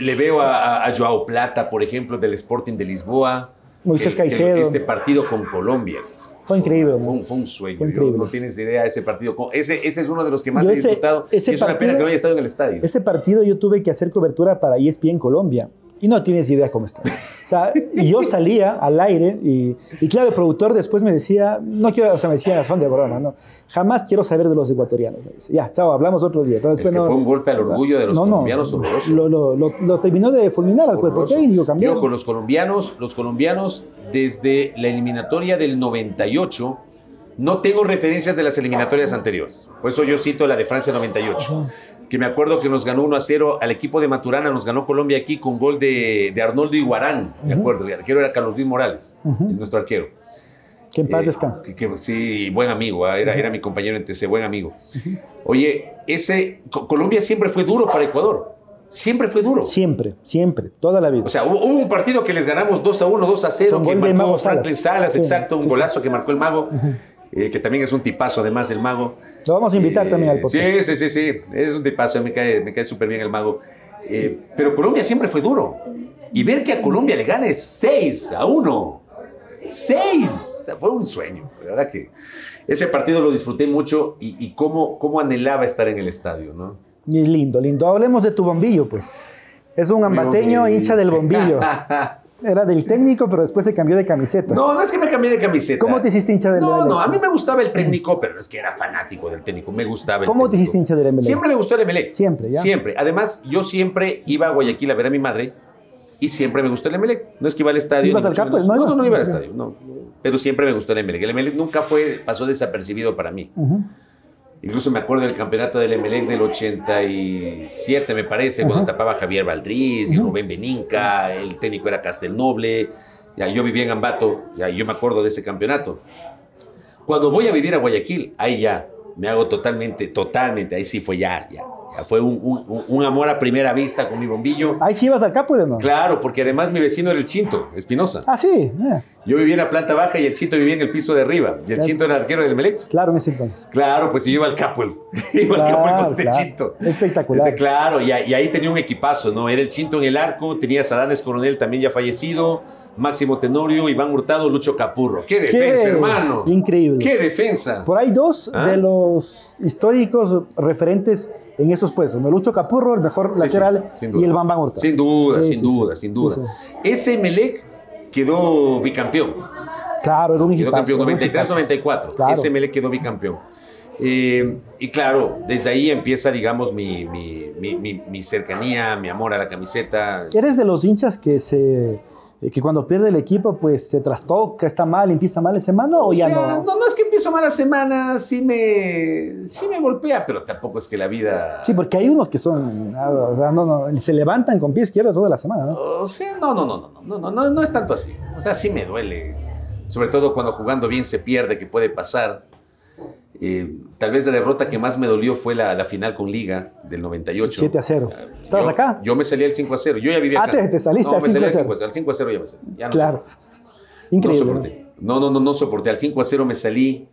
Speaker 5: Le veo a, a- a Joao Plata, por ejemplo, del Sporting de Lisboa.
Speaker 4: Moisés
Speaker 5: Que- que
Speaker 4: Caicedo.
Speaker 5: Este partido con Colombia.
Speaker 4: Fue increíble,
Speaker 5: Fue un,
Speaker 4: ¿no?
Speaker 5: fue un sueño.
Speaker 4: Fue
Speaker 5: Yo-
Speaker 4: increíble.
Speaker 5: no tienes idea de ese partido. Con- Ese, ese es uno de los que más
Speaker 4: Yo
Speaker 5: he
Speaker 4: ese-
Speaker 5: disfrutado. y es
Speaker 4: ese
Speaker 5: una pena
Speaker 4: partido-
Speaker 5: que no haya estado en el estadio.
Speaker 4: Ese partido yo tuve que hacer cobertura para E ESPN Colombia y no tienes idea cómo está. O sea, y yo salía al aire y, y claro, el productor después me decía, no quiero, o sea, me decía, son de broma, no, jamás quiero saber de los ecuatorianos. Me dice, ya, chao, hablamos otro día. Pero
Speaker 5: es que
Speaker 4: después no-
Speaker 5: fue un golpe al orgullo de los colombianos horroroso.
Speaker 4: Lo, lo- lo- lo terminó de fulminar al cuerpo
Speaker 5: Horroroso.
Speaker 4: técnico, cambió.
Speaker 5: Y ojo, los colombianos, los colombianos desde la eliminatoria del 98, no tengo referencias de las eliminatorias anteriores. Por eso yo cito la de Francia 98. Que me acuerdo que nos ganó 1 a 0 al equipo de Maturana, nos ganó Colombia aquí con gol de, de Arnoldo Iguarán. Me acuerdo, el arquero era Carlos Luis Morales, nuestro arquero.
Speaker 4: Que en paz
Speaker 5: Eh,
Speaker 4: descanse.
Speaker 5: que- que- sí, buen amigo, ah, era, era mi compañero en TC, buen amigo. Oye, ese, Co- Colombia siempre fue duro para Ecuador. Siempre fue duro.
Speaker 4: Siempre, siempre, toda la vida.
Speaker 5: O sea, hubo, hubo un partido que les ganamos 2 a 1, 2 a 0,
Speaker 4: Con
Speaker 5: que
Speaker 4: gol del
Speaker 5: marcó
Speaker 4: Mago Salas.
Speaker 5: Franklin Salas,
Speaker 4: Sí,
Speaker 5: exacto, un
Speaker 4: sí, sí.
Speaker 5: golazo que marcó el mago. eh, que también es un tipazo, además del mago.
Speaker 4: Lo vamos a invitar
Speaker 5: Eh,
Speaker 4: también al podcast.
Speaker 5: Sí, sí, sí, sí. Es un tipazo, me cae, me cae súper bien el mago. Eh, pero Colombia siempre fue duro. Y ver que a Colombia le gane 6 a 1. 6. Fue un sueño. La verdad que ese partido lo disfruté mucho y, y cómo, cómo anhelaba estar en el estadio, ¿no?
Speaker 4: Y lindo, lindo. Hablemos de tu bombillo, pues. Es un ambateño
Speaker 5: bombillo.
Speaker 4: hincha del bombillo. Era del técnico, pero después se cambió de camiseta.
Speaker 5: No, no es que me cambié de camiseta.
Speaker 4: ¿Cómo te hiciste hincha del
Speaker 5: No,
Speaker 4: Emelec?
Speaker 5: no, a mí me gustaba el técnico, pero no es que era fanático del técnico. Me gustaba el
Speaker 4: ¿Cómo te
Speaker 5: técnico.
Speaker 4: hiciste hincha del Emelec?
Speaker 5: Siempre me gustó el Emelec.
Speaker 4: Siempre, ¿ya?
Speaker 5: Siempre. Además, yo siempre iba a Guayaquil a ver a mi madre y siempre me gustó el Emelec. No es que iba al estadio.
Speaker 4: ¿Ibas
Speaker 5: ni
Speaker 4: al
Speaker 5: mucho
Speaker 4: campo?
Speaker 5: menos.
Speaker 4: No
Speaker 5: No, no,
Speaker 4: ibas.
Speaker 5: no iba al estadio. No. Pero siempre me gustó el Emelec. El Emelec nunca fue, pasó desapercibido para mí.
Speaker 4: Ujú.
Speaker 5: Incluso me acuerdo del campeonato del Emelec del 87, me parece, cuando tapaba Javier Valdriz y Rubén Beninca, el técnico era Castelnoble, ya, yo vivía en Ambato, ya, yo me acuerdo de ese campeonato. Cuando voy a vivir a Guayaquil, ahí ya, me hago totalmente, totalmente, ahí sí fue ya, ya, ya fue un, un- un- un amor a primera vista con mi bombillo.
Speaker 4: Ahí sí ibas al capo, ¿no?
Speaker 5: Claro, porque además mi vecino era el Chinto, Espinosa.
Speaker 4: Ah, sí. eh,
Speaker 5: Yo vivía en la planta baja y el Chinto vivía en el piso de arriba, y el
Speaker 4: Claro.
Speaker 5: Chinto era el arquero del E. Emelec.
Speaker 4: Claro, en ese entonces.
Speaker 5: Claro, pues si yo iba al Capuel. iba al Capuel
Speaker 4: Claro, claro.
Speaker 5: con Techito.
Speaker 4: Espectacular.
Speaker 5: Este, claro, y, a- y ahí tenía un equipazo, ¿no? Era el Chinto en el arco, tenías a Danes Coronel también ya fallecido, Máximo Tenorio, Iván Hurtado, Lucho Capurro. ¡Qué defensa, hermano!
Speaker 4: Increíble.
Speaker 5: ¡Qué defensa!
Speaker 4: Por ahí dos
Speaker 5: ¿Ah?
Speaker 4: de los históricos referentes en esos puestos. Melucho Capurro, el mejor
Speaker 5: Sí,
Speaker 4: lateral,
Speaker 5: sí, sin duda.
Speaker 4: y el Bamba Horta.
Speaker 5: Sin duda,
Speaker 4: Sí,
Speaker 5: sin
Speaker 4: sí,
Speaker 5: duda,
Speaker 4: sí.
Speaker 5: sin duda.
Speaker 4: Sí,
Speaker 5: Ese Melec quedó bicampeón.
Speaker 4: Claro, era un
Speaker 5: Quedó
Speaker 4: hitazo,
Speaker 5: campeón
Speaker 4: era un hitazo.
Speaker 5: 93-94.
Speaker 4: Claro.
Speaker 5: Ese Melec quedó bicampeón. Eh, y claro, desde ahí empieza, digamos, mi, mi- mi- mi- mi cercanía, mi amor a la camiseta.
Speaker 4: Eres de los hinchas que se eh, que cuando pierde el equipo pues se trastoca, está mal, empieza mal ese mano o ya
Speaker 5: sea,
Speaker 4: no.
Speaker 5: no, es que empiezo mala semana, sí me, sí me golpea, pero tampoco es que la vida...
Speaker 4: Sí, porque hay unos que son, ah, o sea, no, no, se levantan con pie izquierdo toda la semana, ¿no?
Speaker 5: O sea, no, no, no, no, no, no, no, no es tanto así. O sea, sí me duele. Sobre todo cuando jugando bien se pierde, que puede pasar. Eh, tal vez la derrota que más me dolió fue la, la final con Liga del 98.
Speaker 4: 7 a 0.
Speaker 5: Ah,
Speaker 4: ¿Estabas
Speaker 5: yo-
Speaker 4: acá?
Speaker 5: Yo me salí al 5 a 0. Yo ya vivía
Speaker 4: Ah,
Speaker 5: acá.
Speaker 4: te- te saliste
Speaker 5: no,
Speaker 4: al
Speaker 5: me salí
Speaker 4: 5 a 0.
Speaker 5: 5 a 0. Al 5 a 0 ya me salí. Ya no
Speaker 4: claro.
Speaker 5: No
Speaker 4: Increíble. ¿no?
Speaker 5: soporté. No, no, no, no soporté. Al 5 a 0 me salí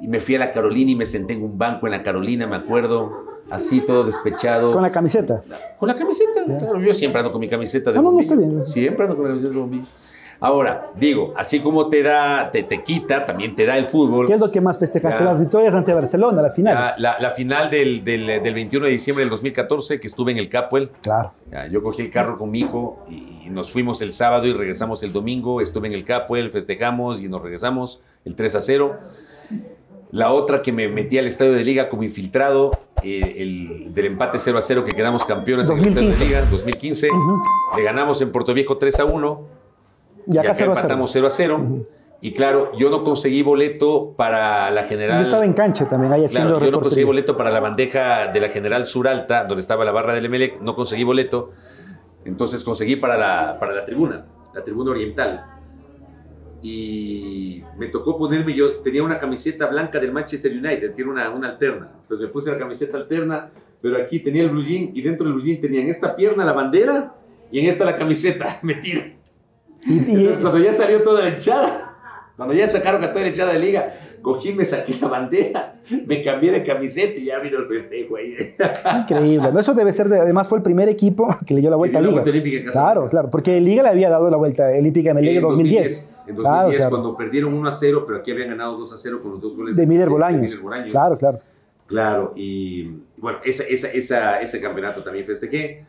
Speaker 5: y me fui a la Carolina y me senté en un banco en la Carolina, me acuerdo. Así todo despechado.
Speaker 4: Con la camiseta.
Speaker 5: Con la camiseta. claro, yo siempre ando con mi camiseta de
Speaker 4: Ah, no, no,
Speaker 5: bombillo.
Speaker 4: está bien.
Speaker 5: Siempre ando con la camiseta de bombillo. Ahora, digo, así como te da, te, te quita, también te da el fútbol.
Speaker 4: ¿Qué es lo que más festejaste?
Speaker 5: Ya.
Speaker 4: Las victorias ante Barcelona, las
Speaker 5: La,
Speaker 4: finales.
Speaker 5: la- la final del, del, del 21 de diciembre del 2014, que estuve en el Capuel.
Speaker 4: Claro.
Speaker 5: Ya, Yo cogí el carro con mi hijo y y nos fuimos el sábado y regresamos el domingo. Estuve en el Capuel, festejamos y nos regresamos el 3 a 0. La otra que me metí al estadio de liga como infiltrado, eh, el, del empate 0 a 0 que quedamos campeones en el
Speaker 4: 2015.
Speaker 5: estadio de liga 2015.
Speaker 4: Ujú.
Speaker 5: Le ganamos en Puerto Viejo 3 a 1
Speaker 4: Y acá, se
Speaker 5: empatamos 0 a 0. Y claro, yo no conseguí boleto para la general.
Speaker 4: Yo estaba en cancha también, ahí haciendo
Speaker 5: Claro, yo no conseguí
Speaker 4: reportería.
Speaker 5: boleto para la bandeja de la General Suralta, donde estaba la barra del Emelec, no conseguí boleto. Entonces conseguí para la, para la tribuna, la tribuna oriental. Y me tocó ponerme, yo tenía una camiseta blanca del Manchester United, tiene una, una alterna. Entonces me puse la camiseta alterna, pero aquí tenía el blue jean y dentro del blue jean tenía en esta pierna la bandera y en esta la camiseta metida.
Speaker 4: Y- y-
Speaker 5: Entonces, cuando ya salió toda la hinchada, cuando ya sacaron a toda la hinchada de liga, cogí, me saqué la bandera, me cambié de camiseta y ya vino el festejo ahí.
Speaker 4: Increíble. ¿no? Eso debe ser, de- además fue el primer equipo que le dio la vuelta a
Speaker 5: dio la
Speaker 4: Liga.
Speaker 5: vuelta olímpica en casa.
Speaker 4: claro, claro, porque Liga le había dado la vuelta olímpica en el
Speaker 5: En
Speaker 4: 2010. 2010.
Speaker 5: En 2010,
Speaker 4: Claro, claro.
Speaker 5: cuando perdieron 1 a 0, pero aquí habían ganado 2 a 0 con los dos goles
Speaker 4: De Miller
Speaker 5: de
Speaker 4: Bolaños.
Speaker 5: Miller Bolaños.
Speaker 4: Claro, claro.
Speaker 5: Claro, y bueno, esa- esa- esa- ese campeonato también festejé.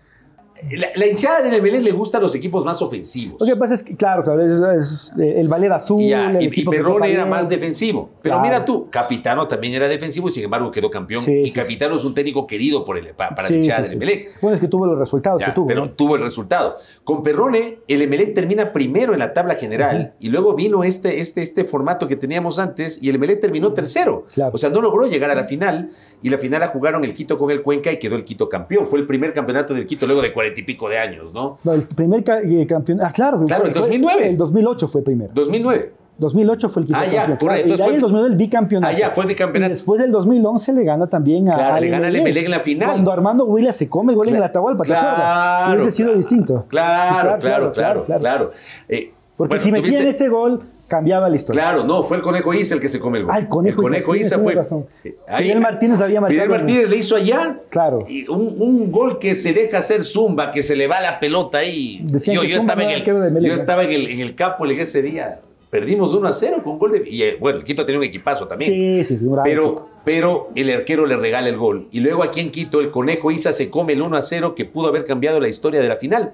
Speaker 5: La, la hinchada del Emelec le gusta a los equipos más ofensivos.
Speaker 4: Lo que pasa es que, claro, claro, es- es el Valer Azul,
Speaker 5: Y, ya,
Speaker 4: el
Speaker 5: y- y
Speaker 4: equipo que
Speaker 5: Perrone
Speaker 4: juega
Speaker 5: era
Speaker 4: bien.
Speaker 5: más defensivo. Pero
Speaker 4: Claro.
Speaker 5: mira tú, Capitano también era defensivo y sin embargo quedó campeón.
Speaker 4: Sí,
Speaker 5: y
Speaker 4: sí,
Speaker 5: Capitano es un técnico querido por el, pa- para
Speaker 4: Sí,
Speaker 5: el
Speaker 4: sí,
Speaker 5: hinchada
Speaker 4: sí,
Speaker 5: del Emelec.
Speaker 4: sí. Bueno, es que tuvo los resultados
Speaker 5: Ya,
Speaker 4: que tuvo.
Speaker 5: pero
Speaker 4: ¿no?
Speaker 5: tuvo el resultado. Con Perrone, el Emelec termina primero en la tabla general y luego vino este, este, este formato que teníamos antes y el Emelec terminó tercero.
Speaker 4: Claro.
Speaker 5: O sea, no logró llegar a la final y la final la jugaron el Quito con el Cuenca y quedó el Quito campeón. Fue el primer campeonato del Quito luego de cuarenta y pico de años, ¿no?
Speaker 4: No, el primer ca- eh, campeón. Ah, claro.
Speaker 5: Claro, el
Speaker 4: fue-
Speaker 5: 2009.
Speaker 4: El 2008 fue primero.
Speaker 5: 2009.
Speaker 4: 2008 fue el equipo
Speaker 5: Ah, ya,
Speaker 4: campeón.
Speaker 5: correcto.
Speaker 4: claro. Y de
Speaker 5: Entonces
Speaker 4: ahí
Speaker 5: fue-
Speaker 4: el 2009 el bicampeonato.
Speaker 5: Ah, ya, fue el bicampeonato.
Speaker 4: Y después del 2011 le gana también a.
Speaker 5: Claro,
Speaker 4: al
Speaker 5: le gana al Emelec en la final.
Speaker 4: Cuando Armando Huila se come el gol en el
Speaker 5: Claro,
Speaker 4: Atahualpa, ¿te acuerdas?
Speaker 5: claro,
Speaker 4: Hubiese sido
Speaker 5: claro.
Speaker 4: distinto.
Speaker 5: Claro, claro, claro, claro. Eh,
Speaker 4: Porque
Speaker 5: bueno,
Speaker 4: si metían
Speaker 5: tuviste-
Speaker 4: ese gol, cambiaba la historia.
Speaker 5: Claro, no, fue el Conejo Isa el que se come el gol.
Speaker 4: Ah, el Conejo Isa, tienes
Speaker 5: Isa fue.
Speaker 4: razón.
Speaker 5: Eh,
Speaker 4: Fidel Martínez había marcado
Speaker 5: Fidel
Speaker 4: un-
Speaker 5: Martínez le hizo allá.
Speaker 4: Claro.
Speaker 5: Y un, un gol que se deja hacer zumba, que se le va la pelota ahí.
Speaker 4: Decían
Speaker 5: yo,
Speaker 4: que
Speaker 5: yo
Speaker 4: Zumba
Speaker 5: estaba
Speaker 4: no
Speaker 5: en
Speaker 4: era
Speaker 5: el,
Speaker 4: arquero de Melec,
Speaker 5: yo
Speaker 4: ¿no?
Speaker 5: estaba en el, en el campo le dije ese día. Perdimos 1 a 0 con gol de. Y eh, bueno, el Quito tenía un equipazo también.
Speaker 4: Sí, sí, sí, un gran equipo.
Speaker 5: Pero, pero el arquero le regala el gol. Y luego aquí en Quito, el conejo Isa se come el 1 a 0 que pudo haber cambiado la historia de la final.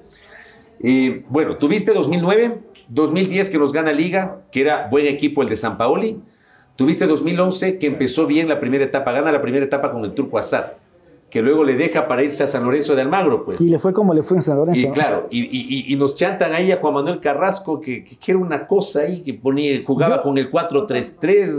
Speaker 5: Eh, bueno, tuviste 2009, 2010 que nos gana Liga, que era buen equipo el de San Paoli. Tuviste 2011 que empezó bien la primera etapa, gana la primera etapa con el turco Assad, que luego le deja para irse a San Lorenzo de Almagro, pues.
Speaker 4: Y le fue como le fue en San Lorenzo.
Speaker 5: Y
Speaker 4: ¿no?
Speaker 5: claro, y, y- y- y nos chantan ahí a Juan Manuel Carrasco, que, que- que era una cosa ahí, que ponía, jugaba con el 4-3-3,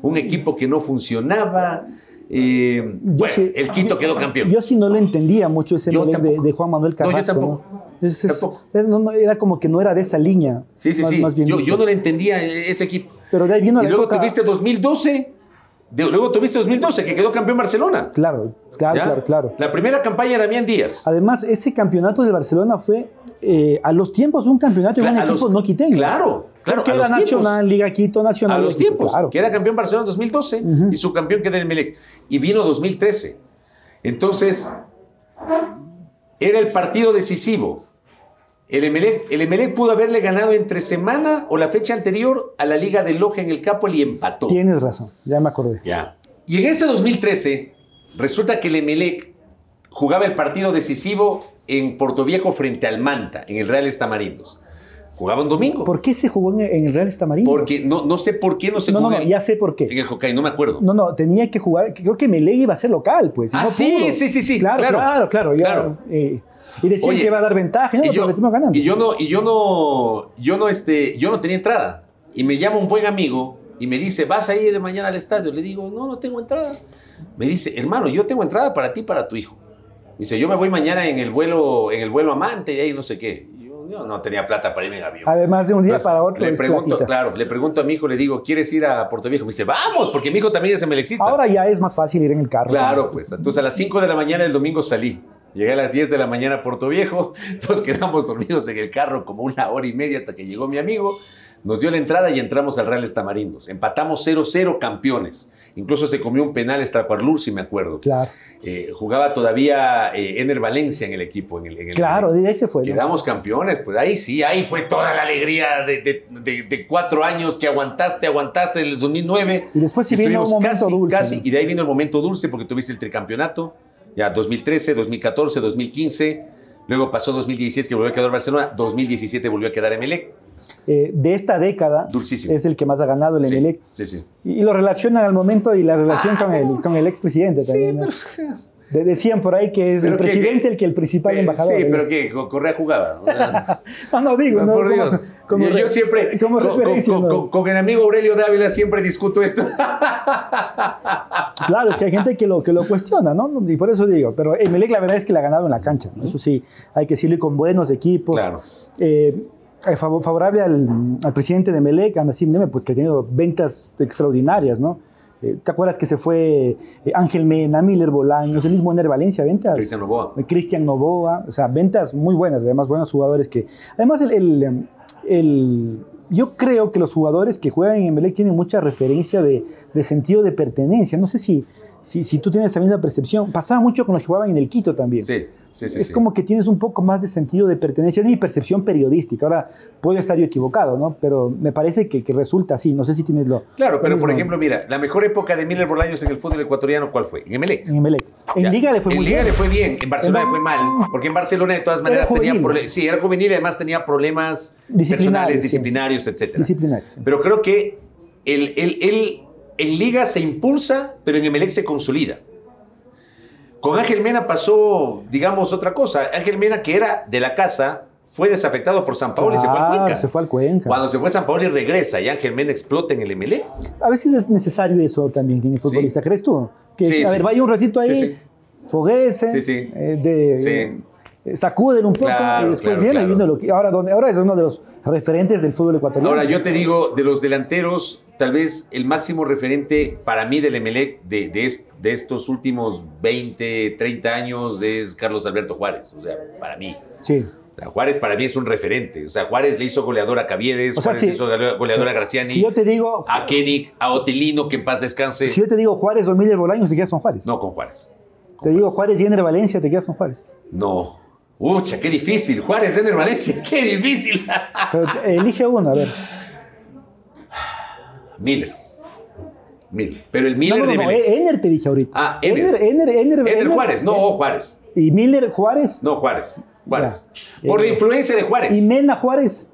Speaker 5: un equipo que no funcionaba. Eh, bueno,
Speaker 4: sí-
Speaker 5: el Quito quedó campeón.
Speaker 4: Yo sí no le entendía mucho ese
Speaker 5: Yo
Speaker 4: Melec de,
Speaker 5: tampoco.
Speaker 4: de Juan Manuel
Speaker 5: No, yo
Speaker 4: Carrasco.
Speaker 5: tampoco.
Speaker 4: Entonces, es-
Speaker 5: Tampoco.
Speaker 4: es- no, no, era como que no era de esa línea.
Speaker 5: sí, sí,
Speaker 4: más-
Speaker 5: sí.
Speaker 4: más bien
Speaker 5: yo,
Speaker 4: dicho.
Speaker 5: yo no le entendía e- ese equipo.
Speaker 4: Pero de ahí vino
Speaker 5: y
Speaker 4: la
Speaker 5: luego
Speaker 4: época-
Speaker 5: tuviste 2012, de- luego tuviste 2012, que quedó campeón Barcelona.
Speaker 4: Claro, claro,
Speaker 5: ¿ya?
Speaker 4: Ah, claro, claro.
Speaker 5: La primera campaña de Damián Díaz.
Speaker 4: Además, ese campeonato de Barcelona fue eh, a los tiempos un campeonato de
Speaker 5: Cla-
Speaker 4: un
Speaker 5: a los-
Speaker 4: equipo no quiteño.
Speaker 5: Claro, claro,
Speaker 4: Porque
Speaker 5: a
Speaker 4: era
Speaker 5: los tiempos.
Speaker 4: Nacional, Liga Quito, Nacional.
Speaker 5: a los
Speaker 4: Liga Quito,
Speaker 5: tiempos.
Speaker 4: Claro.
Speaker 5: Queda campeón Barcelona en 2012
Speaker 4: Ujú.
Speaker 5: y su campeón queda en el Melec. Y vino 2013. Entonces, era el partido decisivo. El Emelec, el Emelec pudo haberle ganado entre semana o la fecha anterior a la Liga de Loja en el Capoli y empató.
Speaker 4: Tienes razón, ya me acordé.
Speaker 5: Ya. Y en ese 2013, resulta que el Emelec jugaba el partido decisivo en Portoviejo frente al Manta, en el Real Estamarindos. Jugaba un domingo.
Speaker 4: ¿Por qué se jugó en, en el Real Estamarindo?
Speaker 5: Porque no, no sé por qué no se
Speaker 4: no, no,
Speaker 5: jugó
Speaker 4: no,
Speaker 5: en el-
Speaker 4: ya sé por qué.
Speaker 5: en el Hokkaido, no me acuerdo.
Speaker 4: No, no, tenía que jugar. Creo que Melec iba a ser local, pues. y
Speaker 5: Ah,
Speaker 4: no
Speaker 5: sí,
Speaker 4: pudo.
Speaker 5: sí, sí, sí,
Speaker 4: Claro,
Speaker 5: claro.
Speaker 4: claro, claro. ya,
Speaker 5: Claro.
Speaker 4: eh, y decían
Speaker 5: Oye,
Speaker 4: que iba a dar ventaja, no,
Speaker 5: y,
Speaker 4: pero
Speaker 5: yo,
Speaker 4: le estuvimos ganando.
Speaker 5: y yo no, y yo no, yo no, este, yo no tenía entrada. Y me llama un buen amigo y me dice, ¿vas a ir mañana al estadio? Le digo, no, no tengo entrada. Me dice, hermano, yo tengo entrada para ti y para tu hijo. Dice, yo me voy mañana en el vuelo, en el vuelo amante y ahí no sé qué. Y Yo, yo no tenía plata para irme en avión.
Speaker 4: Además de un día
Speaker 5: Entonces,
Speaker 4: para otro,
Speaker 5: pues, le
Speaker 4: es
Speaker 5: pregunto,
Speaker 4: platita.
Speaker 5: claro, le pregunto a mi hijo, le digo, ¿quieres ir a Puerto Viejo? Me dice, vamos, porque mi hijo también es melexista.
Speaker 4: Ahora ya es más fácil ir en el carro.
Speaker 5: Claro, pues. Entonces a las 5 de la mañana del domingo salí. Llegué a las 10 de la mañana a Puerto Viejo. Nos quedamos dormidos en el carro como una hora y media hasta que llegó mi amigo. Nos dio la entrada y entramos al Real Estamarindos. Empatamos 0-0 campeones. Incluso se comió un penal extracuarlur, si me acuerdo.
Speaker 4: Claro,
Speaker 5: Eh, jugaba todavía eh, Ener Valencia en el equipo. En el, en el-
Speaker 4: claro, de ahí se fue. ¿no?
Speaker 5: Quedamos campeones, pues ahí sí, ahí fue toda la alegría de, de- de- de cuatro años que aguantaste, aguantaste en el 2009.
Speaker 4: Y después sí vino
Speaker 5: Estuvimos
Speaker 4: un momento
Speaker 5: casi,
Speaker 4: dulce,
Speaker 5: casi,
Speaker 4: ¿no?
Speaker 5: y de ahí vino el momento dulce porque tuviste el tricampeonato, ya 2013, 2014, 2015, luego pasó 2016 que volvió a quedar Barcelona, 2017 volvió a quedar E. Emelec,
Speaker 4: Eh, de esta década
Speaker 5: Dulcísimo.
Speaker 4: es el que más ha ganado el E.
Speaker 5: Sí, Ah.
Speaker 4: Emelec.
Speaker 5: Sí, sí.
Speaker 4: Y lo relacionan al momento y la relación con, el, con el expresidente también. ¿no? De- decían por ahí que es
Speaker 5: Pero
Speaker 4: el
Speaker 5: que-
Speaker 4: presidente el que el principal
Speaker 5: Eh,
Speaker 4: embajador.
Speaker 5: sí,
Speaker 4: ¿no?
Speaker 5: pero que Co- Correa jugaba. o sea,
Speaker 4: No, no digo, no,
Speaker 5: por
Speaker 4: como-
Speaker 5: Dios.
Speaker 4: como
Speaker 5: yo, yo
Speaker 4: re-
Speaker 5: siempre,
Speaker 4: Como
Speaker 5: con, con-
Speaker 4: referencia.
Speaker 5: con-
Speaker 4: ¿no? Ah,
Speaker 5: con- con el amigo Aurelio Dávila siempre discuto esto.
Speaker 4: Claro, es que hay gente que lo, que lo cuestiona, ¿no? Y por eso digo, pero Emelec la verdad es que la ha ganado en la cancha, ¿no? eso sí, hay que decirlo y con buenos equipos.
Speaker 5: Claro.
Speaker 4: Eh, eh, favo- favorable al, al presidente de Emelec, Anasim Neme, pues que ha tenido ventas extraordinarias, ¿no? Eh, ¿Te acuerdas que se fue eh, Ángel Mena, Miller Bolaños, el mismo Ener Valencia, ventas?
Speaker 5: Cristian Novoa.
Speaker 4: Cristian Novoa, o sea, ventas muy buenas, además buenos jugadores que... Además, el, el, em, el- yo creo que los jugadores que juegan en Emelec tienen mucha referencia de, de sentido de pertenencia. No sé si, si, si tú tienes esa misma percepción. Pasaba mucho con los que jugaban en el Quito también.
Speaker 5: Sí, sí, sí.
Speaker 4: es
Speaker 5: sí.
Speaker 4: como que tienes un poco más de sentido de pertenencia. Es mi percepción periodística. Ahora, puedo estar yo equivocado, ¿no? Pero me parece que, que resulta así. No sé si tienes lo...
Speaker 5: Claro,
Speaker 4: lo
Speaker 5: pero por
Speaker 4: mismo
Speaker 5: ejemplo, mira, la mejor época de Miller Bolaños en el fútbol ecuatoriano, ¿cuál fue? En Emelec.
Speaker 4: En Emelec. En
Speaker 5: Ya.
Speaker 4: Liga le fue
Speaker 5: en
Speaker 4: muy
Speaker 5: Liga
Speaker 4: bien.
Speaker 5: le fue bien, en Barcelona
Speaker 4: En-
Speaker 5: le fue mal, porque en Barcelona de todas maneras
Speaker 4: Era
Speaker 5: tenía
Speaker 4: juvenil.
Speaker 5: problemas, sí, era juvenil y además tenía problemas
Speaker 4: Disciplinarios,
Speaker 5: personales,
Speaker 4: sí.
Speaker 5: disciplinarios, etcétera.
Speaker 4: Disciplinario. sí.
Speaker 5: Pero creo que el, el- el- en Liga se impulsa, pero en Emelec se consolida. Con Ángel Mena pasó, digamos, otra cosa. Ángel Mena, que era de la casa, fue desafectado por San Paolo y se fue al
Speaker 4: Claro,
Speaker 5: Cuenca.
Speaker 4: se fue al Cuenca.
Speaker 5: Cuando se fue San Paolo y regresa y Ángel Mena explota en el E. Emelec,
Speaker 4: A veces es necesario eso también en el futbolista, ¿crees tú? Que,
Speaker 5: Sí,
Speaker 4: a
Speaker 5: sí.
Speaker 4: ver, vaya un ratito ahí,
Speaker 5: Sí, sí.
Speaker 4: foguece,
Speaker 5: Sí, sí.
Speaker 4: eh, de-
Speaker 5: Sí.
Speaker 4: eh, sacuden un poco
Speaker 5: Claro,
Speaker 4: y después
Speaker 5: claro,
Speaker 4: viene y
Speaker 5: claro.
Speaker 4: uno lo que- ahora, donde, ahora es uno de los referentes del fútbol ecuatoriano.
Speaker 5: Ahora, yo te digo, de los delanteros, tal vez el máximo referente para mí del Emelec de, de es- de estos últimos 20, 30 años es Carlos Alberto Juárez. O sea, para mí.
Speaker 4: Sí,
Speaker 5: O sea, Juárez para mí es un referente. O sea, Juárez le hizo goleador a Caviedes,
Speaker 4: O sea,
Speaker 5: Juárez
Speaker 4: si-
Speaker 5: le hizo golea- goleador
Speaker 4: si-
Speaker 5: a Graciani,
Speaker 4: Si yo te digo,
Speaker 5: a Kenny, a Otilino, que en paz descanse.
Speaker 4: si yo te digo Juárez o Miller Bolaños, te quedas con Juárez.
Speaker 5: No con Juárez.
Speaker 4: te digo Juárez y Ener Valencia, te quedas con Juárez.
Speaker 5: No. Ucha, qué difícil. Juárez, Ener Valencia, qué difícil.
Speaker 4: Pero te- elige uno, a ver.
Speaker 5: Miller. Miller. Pero el Miller
Speaker 4: no, no,
Speaker 5: de
Speaker 4: no, eh,
Speaker 5: Belén.
Speaker 4: E- Ener te dije ahorita.
Speaker 5: Ah, Ener.
Speaker 4: Ener, Ener,
Speaker 5: Ener
Speaker 4: Ener-
Speaker 5: Juárez, no Juárez.
Speaker 4: Y Miller Juárez.
Speaker 5: No, Juárez. Juárez.
Speaker 4: Ya.
Speaker 5: Por la
Speaker 4: Eh,
Speaker 5: influencia de Juárez.
Speaker 4: Y Mena Juárez.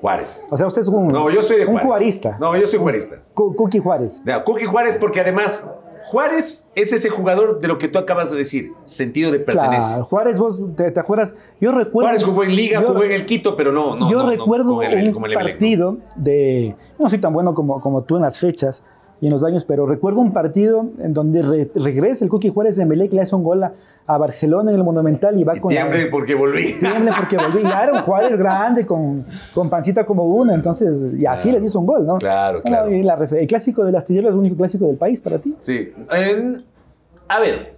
Speaker 5: Juárez.
Speaker 4: O sea, usted es un,
Speaker 5: No, yo soy de
Speaker 4: un
Speaker 5: Juárez.
Speaker 4: juarista.
Speaker 5: No, yo soy juarista.
Speaker 4: Cu- Cookie Juárez.
Speaker 5: No, Cookie Juárez, porque además, Juárez es ese jugador de lo que tú acabas de decir, sentido de pertenencia.
Speaker 4: Claro, Juárez, vos te, te acuerdas. Yo recuerdo.
Speaker 5: Juárez jugó en Liga,
Speaker 4: yo-
Speaker 5: jugó en el Quito, pero no, no.
Speaker 4: yo
Speaker 5: no, no,
Speaker 4: recuerdo
Speaker 5: como el-
Speaker 4: un
Speaker 5: como el Emelec, no.
Speaker 4: partido de. No soy tan bueno como, como tú en las fechas y en los años, pero recuerdo un partido en donde re- regresa el Cookie Juárez de Melec, le hace un gol a, a Barcelona en el Monumental y va
Speaker 5: Y
Speaker 4: con. la-
Speaker 5: tiemble porque volví.
Speaker 4: tiemble porque volví. Ya era un Juárez grande con, con pancita como uno, entonces. Y así les hizo un gol, ¿no?
Speaker 5: Claro,
Speaker 4: No,
Speaker 5: claro.
Speaker 4: y la refe- el clásico del astillero es el único clásico del país para ti.
Speaker 5: Sí. En- a ver.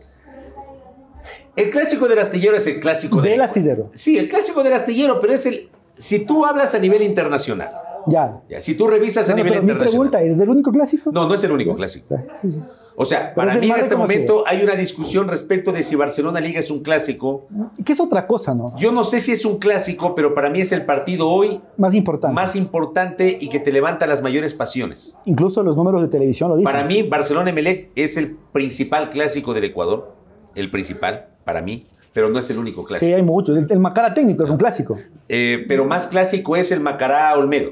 Speaker 5: El clásico del astillero es el clásico
Speaker 4: Del astillero.
Speaker 5: Sí, el clásico del astillero, pero es el. Si tú hablas a nivel internacional,
Speaker 4: Ya.
Speaker 5: ya, si tú revisas a
Speaker 4: Bueno,
Speaker 5: nivel
Speaker 4: pero mi
Speaker 5: internacional.
Speaker 4: pregunta es, ¿es el único clásico?
Speaker 5: No, no es el único clásico.
Speaker 4: Sí, sí.
Speaker 5: O sea,
Speaker 4: Pero
Speaker 5: para
Speaker 4: es el
Speaker 5: mí en
Speaker 4: más
Speaker 5: este
Speaker 4: reconocido.
Speaker 5: momento hay una discusión respecto de si Barcelona Liga es un clásico.
Speaker 4: Que es otra cosa, ¿no?
Speaker 5: Yo no sé si es un clásico, pero para mí es el partido hoy
Speaker 4: Más importante.
Speaker 5: más importante y que te levanta las mayores pasiones.
Speaker 4: Incluso los números de televisión lo dicen.
Speaker 5: Para mí, Barcelona Emelec es el principal clásico del Ecuador. El principal, para mí, pero no es el único clásico.
Speaker 4: Sí, hay muchos. El, el Macara técnico es un clásico.
Speaker 5: Eh, pero más clásico es el Macará Olmedo.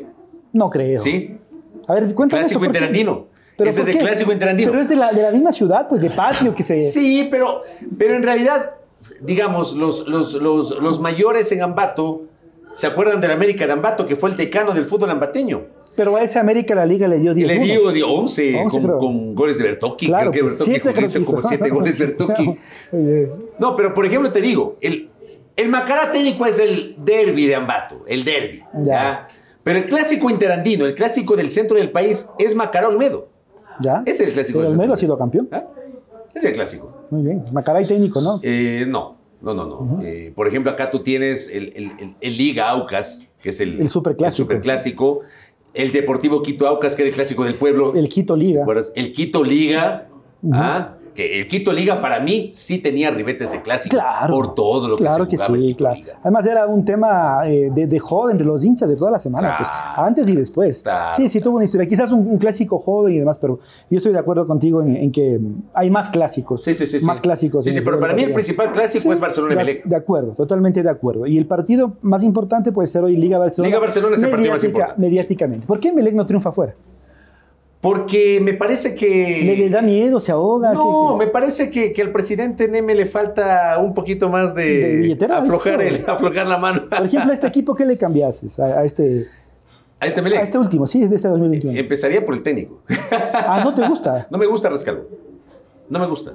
Speaker 4: No creo.
Speaker 5: ¿Sí?
Speaker 4: A ver, cuéntame
Speaker 5: Clásico
Speaker 4: eso, ¿por qué?
Speaker 5: interandino.
Speaker 4: ¿Pero
Speaker 5: Ese
Speaker 4: por
Speaker 5: es el
Speaker 4: qué?
Speaker 5: clásico interandino.
Speaker 4: Pero es de la, de la misma ciudad, pues de patio que se...
Speaker 5: Sí, pero, pero en realidad, digamos, los, los, los, los mayores en Ambato se acuerdan del América de Ambato, que fue el decano del fútbol ambateño.
Speaker 4: Pero a ese América la Liga le dio
Speaker 5: Y
Speaker 4: 10
Speaker 5: le dio dio 11
Speaker 4: 11,
Speaker 5: con,
Speaker 4: creo.
Speaker 5: con goles de Bertocchi.
Speaker 4: Claro,
Speaker 5: creo que
Speaker 4: pues,
Speaker 5: Bertocchi
Speaker 4: siete creo
Speaker 5: jugó-
Speaker 4: que
Speaker 5: hizo
Speaker 4: hizo.
Speaker 5: como 7 goles Bertocchi.
Speaker 4: Oye,
Speaker 5: No, pero por ejemplo te digo, el, el Macará técnico es el derby de Ambato, el derby.
Speaker 4: Ya.
Speaker 5: ¿ya? Pero el clásico interandino, el clásico del centro del país, es Macará Olmedo.
Speaker 4: ¿Ya?
Speaker 5: Es el clásico.
Speaker 4: Pero
Speaker 5: del
Speaker 4: Olmedo ha
Speaker 5: centro
Speaker 4: sido campeón.
Speaker 5: del país. ¿Ah? Es el clásico.
Speaker 4: Muy bien. Macara y técnico, ¿no?
Speaker 5: Eh, no, no, no, no. Eh, por ejemplo, acá tú tienes el, el- el- el Liga Aucas, que es el,
Speaker 4: El superclásico.
Speaker 5: El, superclásico, el Deportivo Quito Aucas, que era el clásico del pueblo.
Speaker 4: El Quito
Speaker 5: ¿Te
Speaker 4: Liga.
Speaker 5: acuerdas? El Quito Liga. ¿ah? Que el Quito Liga para mí sí tenía ribetes de clásico.
Speaker 4: Claro.
Speaker 5: Por todo lo que
Speaker 4: claro
Speaker 5: se
Speaker 4: que
Speaker 5: jugaba el
Speaker 4: sí,
Speaker 5: Quito
Speaker 4: claro.
Speaker 5: Liga.
Speaker 4: Además era un tema eh, de, de joda entre los hinchas de toda la semana, pues,
Speaker 5: Claro.
Speaker 4: antes y después.
Speaker 5: Claro,
Speaker 4: sí, sí tuvo una historia. Quizás un, un clásico joven y demás, pero yo estoy de acuerdo contigo en, en que hay más clásicos.
Speaker 5: Sí, sí, sí. sí.
Speaker 4: Más clásicos.
Speaker 5: Sí,
Speaker 4: en
Speaker 5: sí,
Speaker 4: el
Speaker 5: pero
Speaker 4: fútbol
Speaker 5: para mí el
Speaker 4: ecuatoriano.
Speaker 5: principal clásico
Speaker 4: Sí,
Speaker 5: es Barcelona
Speaker 4: de-
Speaker 5: Emelec.
Speaker 4: De acuerdo, totalmente de acuerdo. Y el partido más importante puede ser hoy Liga Barcelona.
Speaker 5: Liga Barcelona es el partido más importante.
Speaker 4: Mediáticamente. ¿Por qué Emelec no triunfa afuera?
Speaker 5: Porque me parece que.
Speaker 4: ¿Le, le da miedo? ¿Se ahoga?
Speaker 5: No,
Speaker 4: ¿Qué-
Speaker 5: me parece que, que al presidente Neme le falta un poquito más de,
Speaker 4: De billetera,
Speaker 5: aflojar,
Speaker 4: eso.
Speaker 5: el- aflojar la mano.
Speaker 4: Por ejemplo, a este equipo, ¿qué le cambiases a, a este,
Speaker 5: A este
Speaker 4: a
Speaker 5: Melec. Eh,
Speaker 4: este último? Sí, es de este 2021.
Speaker 5: Empezaría por el técnico.
Speaker 4: ah, ¿no te gusta?
Speaker 5: No me gusta Rascalvo. No me gusta.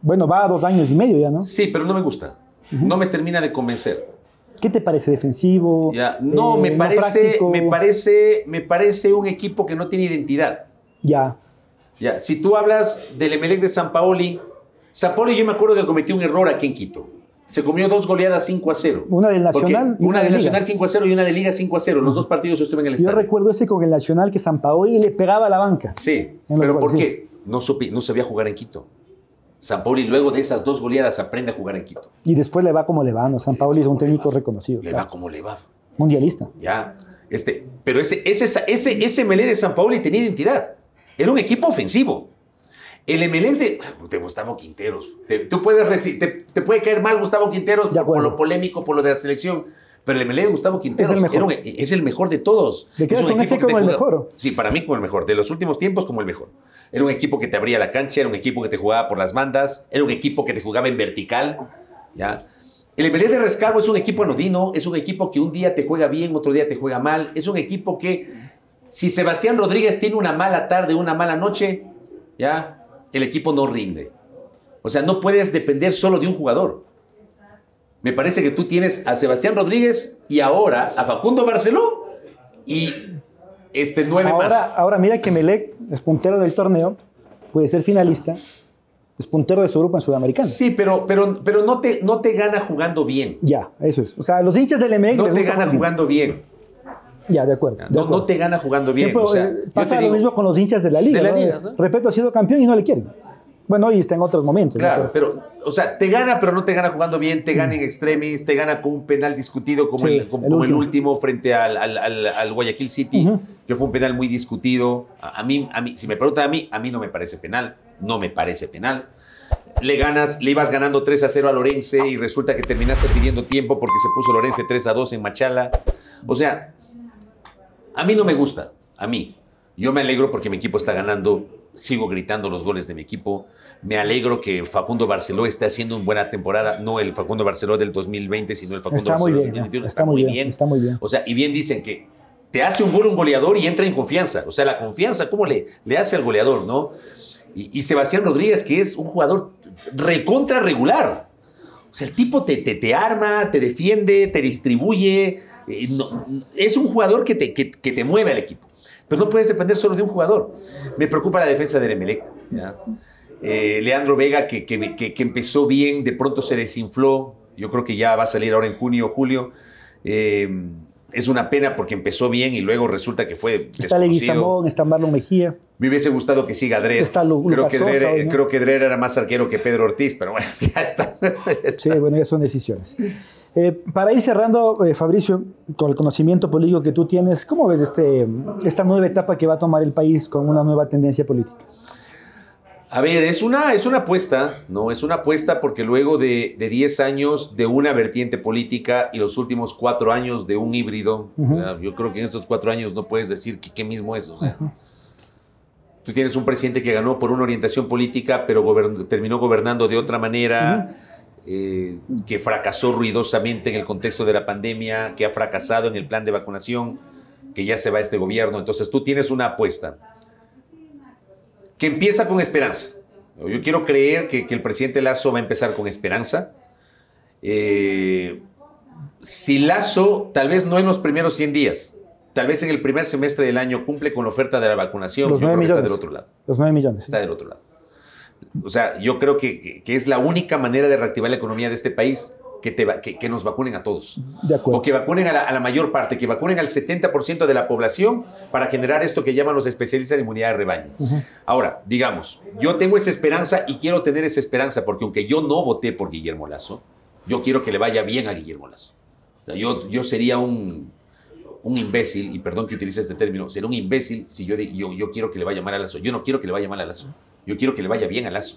Speaker 4: Bueno, va a dos años y medio ya, ¿no?
Speaker 5: Sí, pero no me gusta. No me termina de convencer.
Speaker 4: ¿Qué te parece defensivo?
Speaker 5: Ya, No,
Speaker 4: eh,
Speaker 5: me parece,
Speaker 4: práctico?
Speaker 5: me parece, me parece un equipo que no tiene identidad.
Speaker 4: Ya,
Speaker 5: Ya, si tú hablas del Emelec de San Paoli, San Paoli yo me acuerdo que cometió un error aquí en Quito. Se comió dos goleadas 5 a 0.
Speaker 4: Una del
Speaker 5: Porque
Speaker 4: Nacional y
Speaker 5: Una,
Speaker 4: una
Speaker 5: del
Speaker 4: de Liga.
Speaker 5: Nacional 5 a 0 y una de Liga 5 a 0. Los dos partidos yo estuve en el
Speaker 4: yo
Speaker 5: estadio.
Speaker 4: recuerdo ese con el Nacional que San Paoli le pegaba a la banca.
Speaker 5: Sí,
Speaker 4: En los
Speaker 5: pero ¿por
Speaker 4: goles,
Speaker 5: qué? No, supe- no sabía jugar en Quito. San Paoli luego de esas dos goleadas aprende a jugar en Quito.
Speaker 4: Y después le va como le va, ¿no? San Paoli es un técnico reconocido,
Speaker 5: Le
Speaker 4: claro,
Speaker 5: va como le va.
Speaker 4: mundialista.
Speaker 5: Ya. Este, pero ese, ese, ese, ese Melé de San Paoli tenía identidad. Era un equipo ofensivo. El MLE de, de Gustavo Quinteros. Te, tú puedes reci- te, te puede caer mal Gustavo Quinteros
Speaker 4: De
Speaker 5: por, por
Speaker 4: acuerdo.
Speaker 5: lo polémico, por lo de la selección. Pero el MLE de Gustavo Quinteros
Speaker 4: Es el mejor.
Speaker 5: era un- e, es el mejor de todos.
Speaker 4: ¿Te quedas
Speaker 5: Es un
Speaker 4: con ese
Speaker 5: equipo que te
Speaker 4: como el
Speaker 5: juega-
Speaker 4: mejor?
Speaker 5: Sí, para mí como el mejor. De los últimos tiempos como el mejor. Era un equipo que te abría la cancha, era un equipo que te jugaba por las bandas, era un equipo que te jugaba en vertical. ¿ya? El MLE de Rescalvo es un equipo anodino, es un equipo que un día te juega bien, otro día te juega mal. Es un equipo que si Sebastián Rodríguez tiene una mala tarde, una mala noche, ya el equipo no rinde. O sea, no puedes depender solo de un jugador. Me parece que tú tienes a Sebastián Rodríguez y ahora a Facundo Barceló y este nueve
Speaker 4: Ahora,
Speaker 5: más.
Speaker 4: ahora mira que Melec es puntero del torneo, puede ser finalista, Es puntero de su grupo en Sudamericana.
Speaker 5: Sí, pero, pero, pero no, te, no te gana jugando bien.
Speaker 4: Ya, eso es. O sea, los hinchas del MX.
Speaker 5: No
Speaker 4: les
Speaker 5: te
Speaker 4: gusta
Speaker 5: gana
Speaker 4: más bien.
Speaker 5: jugando bien.
Speaker 4: Ya, de acuerdo. de
Speaker 5: No,
Speaker 4: acuerdo.
Speaker 5: no te gana jugando bien.
Speaker 4: Siempre,
Speaker 5: o sea,
Speaker 4: eh,
Speaker 5: yo
Speaker 4: pasa
Speaker 5: te
Speaker 4: lo
Speaker 5: digo,
Speaker 4: mismo con los hinchas de la liga.
Speaker 5: De la
Speaker 4: ¿no?
Speaker 5: liga, ¿no?
Speaker 4: Respeto ha sido campeón y no le quieren. Bueno, hoy está en otros momentos. ¿no? Mm.
Speaker 5: Claro, pero, o sea, te gana, pero no te gana jugando bien, te gana en extremis, te gana con un penal discutido como,
Speaker 4: Sí,
Speaker 5: el, como-
Speaker 4: el
Speaker 5: como el
Speaker 4: último.
Speaker 5: último frente al, al- al- al Guayaquil City,
Speaker 4: Ujú.
Speaker 5: que fue un penal muy discutido. A, a mí, a mí, si me preguntan a mí, a mí no me parece penal, no me parece penal. Le ganas, le ibas ganando 3 a 0 a Lorense y resulta que terminaste pidiendo tiempo porque se puso Lorense 3 a 2 en Machala. O sea, a mí no me gusta, a mí. Yo me alegro porque mi equipo está ganando, sigo gritando los goles de mi equipo. Me alegro que Facundo Barceló esté haciendo una buena temporada, no el Facundo Barceló del 2020, sino el Facundo
Speaker 4: Está muy
Speaker 5: Barceló
Speaker 4: bien.
Speaker 5: del 2021.
Speaker 4: ¿no? Está muy bien. Está muy bien.
Speaker 5: O sea, y bien dicen que te hace un gol un goleador y entra en confianza. O sea, la confianza, ¿cómo le, le hace al goleador, no? Y, y Sebastián Rodríguez, que es un jugador recontra regular. O sea, el tipo te, te, te arma, te defiende, te distribuye. eh, no- es un jugador que te, que, que te mueve al equipo. Pero no puedes depender solo de un jugador. Me preocupa la defensa de Emelec. ¿ya? Eh, Leandro Vega, que, que- que- que empezó bien, de pronto se desinfló. Yo creo que ya va a salir ahora en junio o julio. Eh, es una pena porque empezó bien y luego resulta que fue
Speaker 4: Está
Speaker 5: desconocido.
Speaker 4: Leguizamón, está Marlon Mejía.
Speaker 5: Me hubiese gustado que siga Drer.
Speaker 4: Está Lu-
Speaker 5: creo,
Speaker 4: Lucas
Speaker 5: que Drer
Speaker 4: Sosa hoy, ¿no?
Speaker 5: creo que Drer era más arquero que Pedro Ortiz, pero bueno, ya está.
Speaker 4: Sí, bueno, ya son decisiones. Eh, para ir cerrando, eh, Fabricio, con el conocimiento político que tú tienes, ¿cómo ves este, esta nueva etapa que va a tomar el país con una nueva tendencia política?
Speaker 5: A ver, es una, es una apuesta, ¿no? Es una apuesta porque luego de, de 10 años de una vertiente política y los últimos cuatro años de un híbrido,
Speaker 4: Ujú.
Speaker 5: ¿verdad? yo creo que en estos cuatro años no puedes decir que, qué mismo es. O sea, tú tienes un presidente que ganó por una orientación política, pero gobern- terminó gobernando de otra manera, eh, que fracasó ruidosamente en el contexto de la pandemia, que ha fracasado en el plan de vacunación, que ya se va este gobierno. Entonces tú tienes una apuesta que empieza con esperanza. Yo quiero creer que, que el presidente Lazo va a empezar con esperanza. Eh, si Lazo, tal vez no en los primeros 100 días, tal vez en el primer semestre del año cumple con la oferta de la vacunación,
Speaker 4: Los
Speaker 5: yo
Speaker 4: nueve
Speaker 5: creo que está del
Speaker 4: millones.
Speaker 5: otro lado.
Speaker 4: Los 9 millones.
Speaker 5: Está del otro lado. O sea, yo creo que, que- que es la única manera de reactivar la economía de este país que, te va- que- que nos vacunen a todos.
Speaker 4: De acuerdo.
Speaker 5: O que vacunen a la, a la mayor parte, que vacunen al 70% de la población para generar esto que llaman los especialistas de inmunidad de rebaño. Ahora, digamos, yo tengo esa esperanza y quiero tener esa esperanza porque aunque yo no voté por Guillermo Lazo, yo quiero que le vaya bien a Guillermo Lazo. O sea, yo, yo sería un, un imbécil, y perdón que utilice este término, sería un imbécil si yo, yo, yo quiero que le vaya mal a Lazo. Yo no quiero que le vaya mal a Lazo. Yo quiero que le vaya bien a Lazo.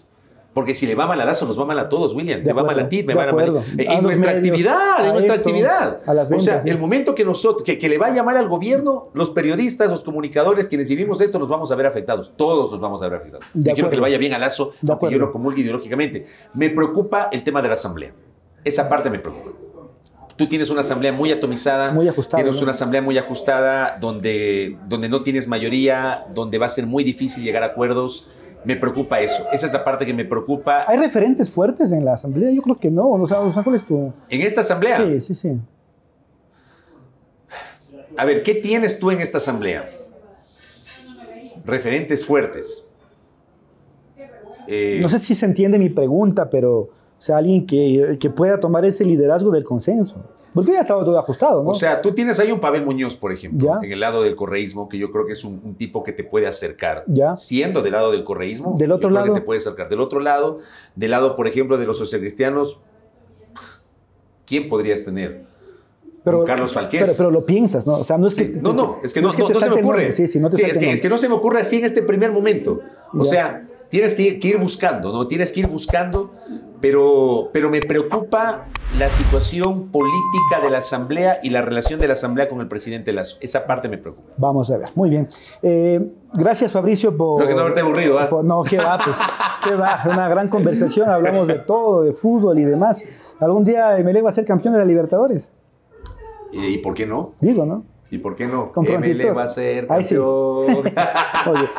Speaker 5: Porque si le va mal a Lazo, nos va mal a todos, William.
Speaker 4: De
Speaker 5: Te va mal a
Speaker 4: acuerdo,
Speaker 5: ti, me
Speaker 4: de
Speaker 5: van a mal.
Speaker 4: acuerdo.
Speaker 5: Eh,
Speaker 4: A
Speaker 5: En
Speaker 4: los
Speaker 5: nuestra
Speaker 4: medios,
Speaker 5: actividad,
Speaker 4: a
Speaker 5: en nuestra
Speaker 4: esto,
Speaker 5: actividad.
Speaker 4: a las
Speaker 5: o sea,
Speaker 4: ventas, sí.
Speaker 5: el momento que nosotros, que, que le vaya mal al gobierno, los periodistas, los comunicadores, quienes vivimos de esto, nos vamos a ver afectados. Todos nos vamos a ver afectados.
Speaker 4: De
Speaker 5: Yo quiero
Speaker 4: acuerdo.
Speaker 5: que le vaya bien a Lazo,
Speaker 4: De
Speaker 5: aunque yo
Speaker 4: acuerdo.
Speaker 5: lo comulgue ideológicamente. Me preocupa el tema de la asamblea. Esa parte me preocupa. Tú tienes una asamblea muy atomizada.
Speaker 4: Muy ajustada,
Speaker 5: Tienes
Speaker 4: ¿no?
Speaker 5: una asamblea muy ajustada donde, donde no tienes mayoría, donde va a ser muy difícil llegar a acuerdos. Me preocupa eso. Esa es la parte que me preocupa.
Speaker 4: ¿Hay referentes fuertes en la asamblea? Yo creo que no. O sea, o sea, ¿cuál es tu...?
Speaker 5: En esta asamblea,
Speaker 4: Sí, sí, sí.
Speaker 5: a ver, ¿qué tienes tú en esta asamblea? Referentes fuertes. Eh,
Speaker 4: No sé si se entiende mi pregunta, pero, o sea, alguien que, que pueda tomar ese liderazgo del consenso. Porque ya estaba todo ajustado, ¿no?
Speaker 5: O sea, tú tienes ahí un Pavel Muñoz, por ejemplo,
Speaker 4: Ya.
Speaker 5: en el lado del correísmo, que yo creo que es un, un tipo que te puede acercar.
Speaker 4: Ya.
Speaker 5: Siendo del lado del correísmo,
Speaker 4: Del
Speaker 5: yo
Speaker 4: otro
Speaker 5: creo que
Speaker 4: lado.
Speaker 5: te puede acercar. Del otro lado, del lado, por ejemplo, de los socialcristianos, ¿quién podrías tener?
Speaker 4: pero,
Speaker 5: con Carlos Falqués.
Speaker 4: Pero, pero lo piensas, ¿no? O sea, no es que...
Speaker 5: Sí,
Speaker 4: te-
Speaker 5: no,
Speaker 4: te-
Speaker 5: no, es que no, no-
Speaker 4: te
Speaker 5: no se me
Speaker 4: salte el
Speaker 5: ocurre.
Speaker 4: nombre. Sí, sí, no te
Speaker 5: Sí,
Speaker 4: salte
Speaker 5: es,
Speaker 4: el
Speaker 5: que, es
Speaker 4: nombre.
Speaker 5: que no se me ocurre así en este primer momento. O
Speaker 4: Ya.
Speaker 5: sea, tienes que, ir- que ir buscando, ¿no? Tienes que ir buscando, pero, pero me preocupa la situación política de la Asamblea y la relación de la Asamblea con el presidente Lazo. Esa parte me preocupa.
Speaker 4: Vamos a ver, muy bien. Eh, gracias Fabricio por...
Speaker 5: Creo que no haberte aburrido, ¿ah?
Speaker 4: por- no, qué va, pues, qué va. Una gran conversación, hablamos de todo, de fútbol y demás. Algún día Emelec va a ser campeón de la Libertadores,
Speaker 5: Eh, ¿Y por qué no?
Speaker 4: digo, ¿no?
Speaker 5: ¿Y por qué no?
Speaker 4: Con
Speaker 5: ML
Speaker 4: prontitud.
Speaker 5: va a ser
Speaker 4: Ahí sí.
Speaker 5: campeón.
Speaker 4: Oye,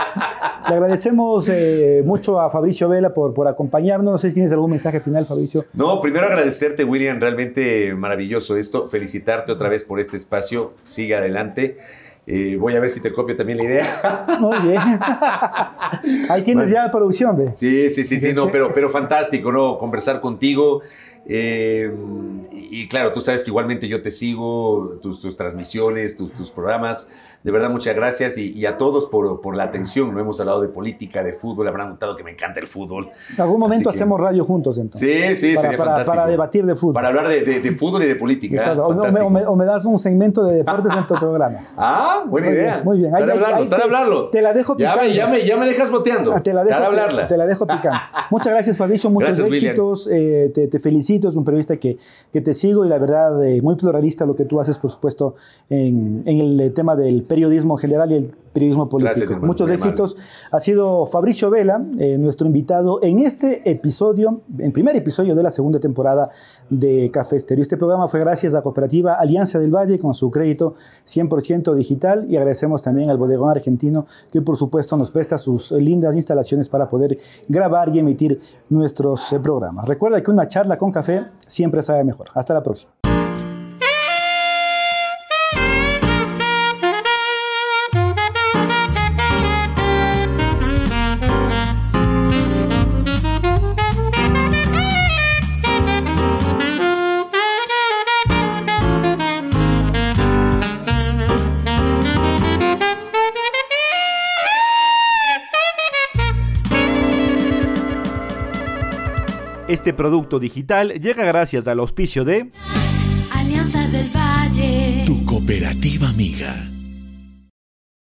Speaker 4: le agradecemos eh, mucho a Fabricio Vela por, por acompañarnos. No sé si tienes algún mensaje final, Fabricio.
Speaker 5: No, primero agradecerte, William, realmente maravilloso esto. Felicitarte otra vez por este espacio. Sigue adelante. Eh, voy a ver si te copio también la idea.
Speaker 4: Muy bien. Ahí tienes ya producción, ve.
Speaker 5: Sí, sí, sí, sí, no, pero, pero fantástico, ¿no? Conversar contigo. eh, y, y claro, tú sabes que igualmente yo te sigo, tus, tus transmisiones, tus, tus programas. De verdad, muchas gracias y, y a todos por, por la atención. No hemos hablado de política, de fútbol, habrán notado que me encanta el fútbol.
Speaker 4: En algún momento
Speaker 5: Así que-
Speaker 4: hacemos radio juntos, entonces.
Speaker 5: Sí, sí,
Speaker 4: para,
Speaker 5: sería
Speaker 4: para-
Speaker 5: fantástico.
Speaker 4: para debatir de fútbol.
Speaker 5: Para hablar de, de- de fútbol y de
Speaker 4: Y
Speaker 5: política. ¿eh?
Speaker 4: todo. O me- o me,
Speaker 5: fantástico.
Speaker 4: o me- o me das un segmento de deportes en tu programa.
Speaker 5: Ah, buena
Speaker 4: Muy
Speaker 5: idea.
Speaker 4: bien, muy bien.
Speaker 5: Está
Speaker 4: Ahí-
Speaker 5: de
Speaker 4: ahí-
Speaker 5: hablarlo,
Speaker 4: ahí
Speaker 5: está de
Speaker 4: te-
Speaker 5: hablarlo.
Speaker 4: te la dejo
Speaker 5: ya me,
Speaker 4: picando.
Speaker 5: ya, me, ya me dejas boteando.
Speaker 4: Ah, Te la dejo,
Speaker 5: Está de hablarla.
Speaker 4: te la dejo picando. Muchas gracias, Fabricio. Muchos
Speaker 5: Gracias, William.
Speaker 4: éxitos. Eh, te, te felicito. Es un periodista que, que te sigo y la verdad, eh, muy pluralista lo que tú haces, por supuesto, en, en el eh, tema del periodismo en general y el periodismo político.
Speaker 5: Gracias, hermano,
Speaker 4: Muchos
Speaker 5: muy
Speaker 4: éxitos. Ha sido Fabricio Vela, eh, nuestro invitado en este episodio, en primer episodio de la segunda temporada de Café Estéreo. Este programa fue gracias a Cooperativa Alianza del Valle con su crédito 100% digital y agradecemos también al bodegón argentino que por supuesto nos presta sus eh, lindas instalaciones para poder grabar y emitir nuestros eh, programas. Recuerda que una charla con café siempre sabe mejor. Hasta la próxima.
Speaker 1: Este producto digital llega gracias al auspicio de...
Speaker 2: Alianza del Valle.
Speaker 3: tu cooperativa amiga.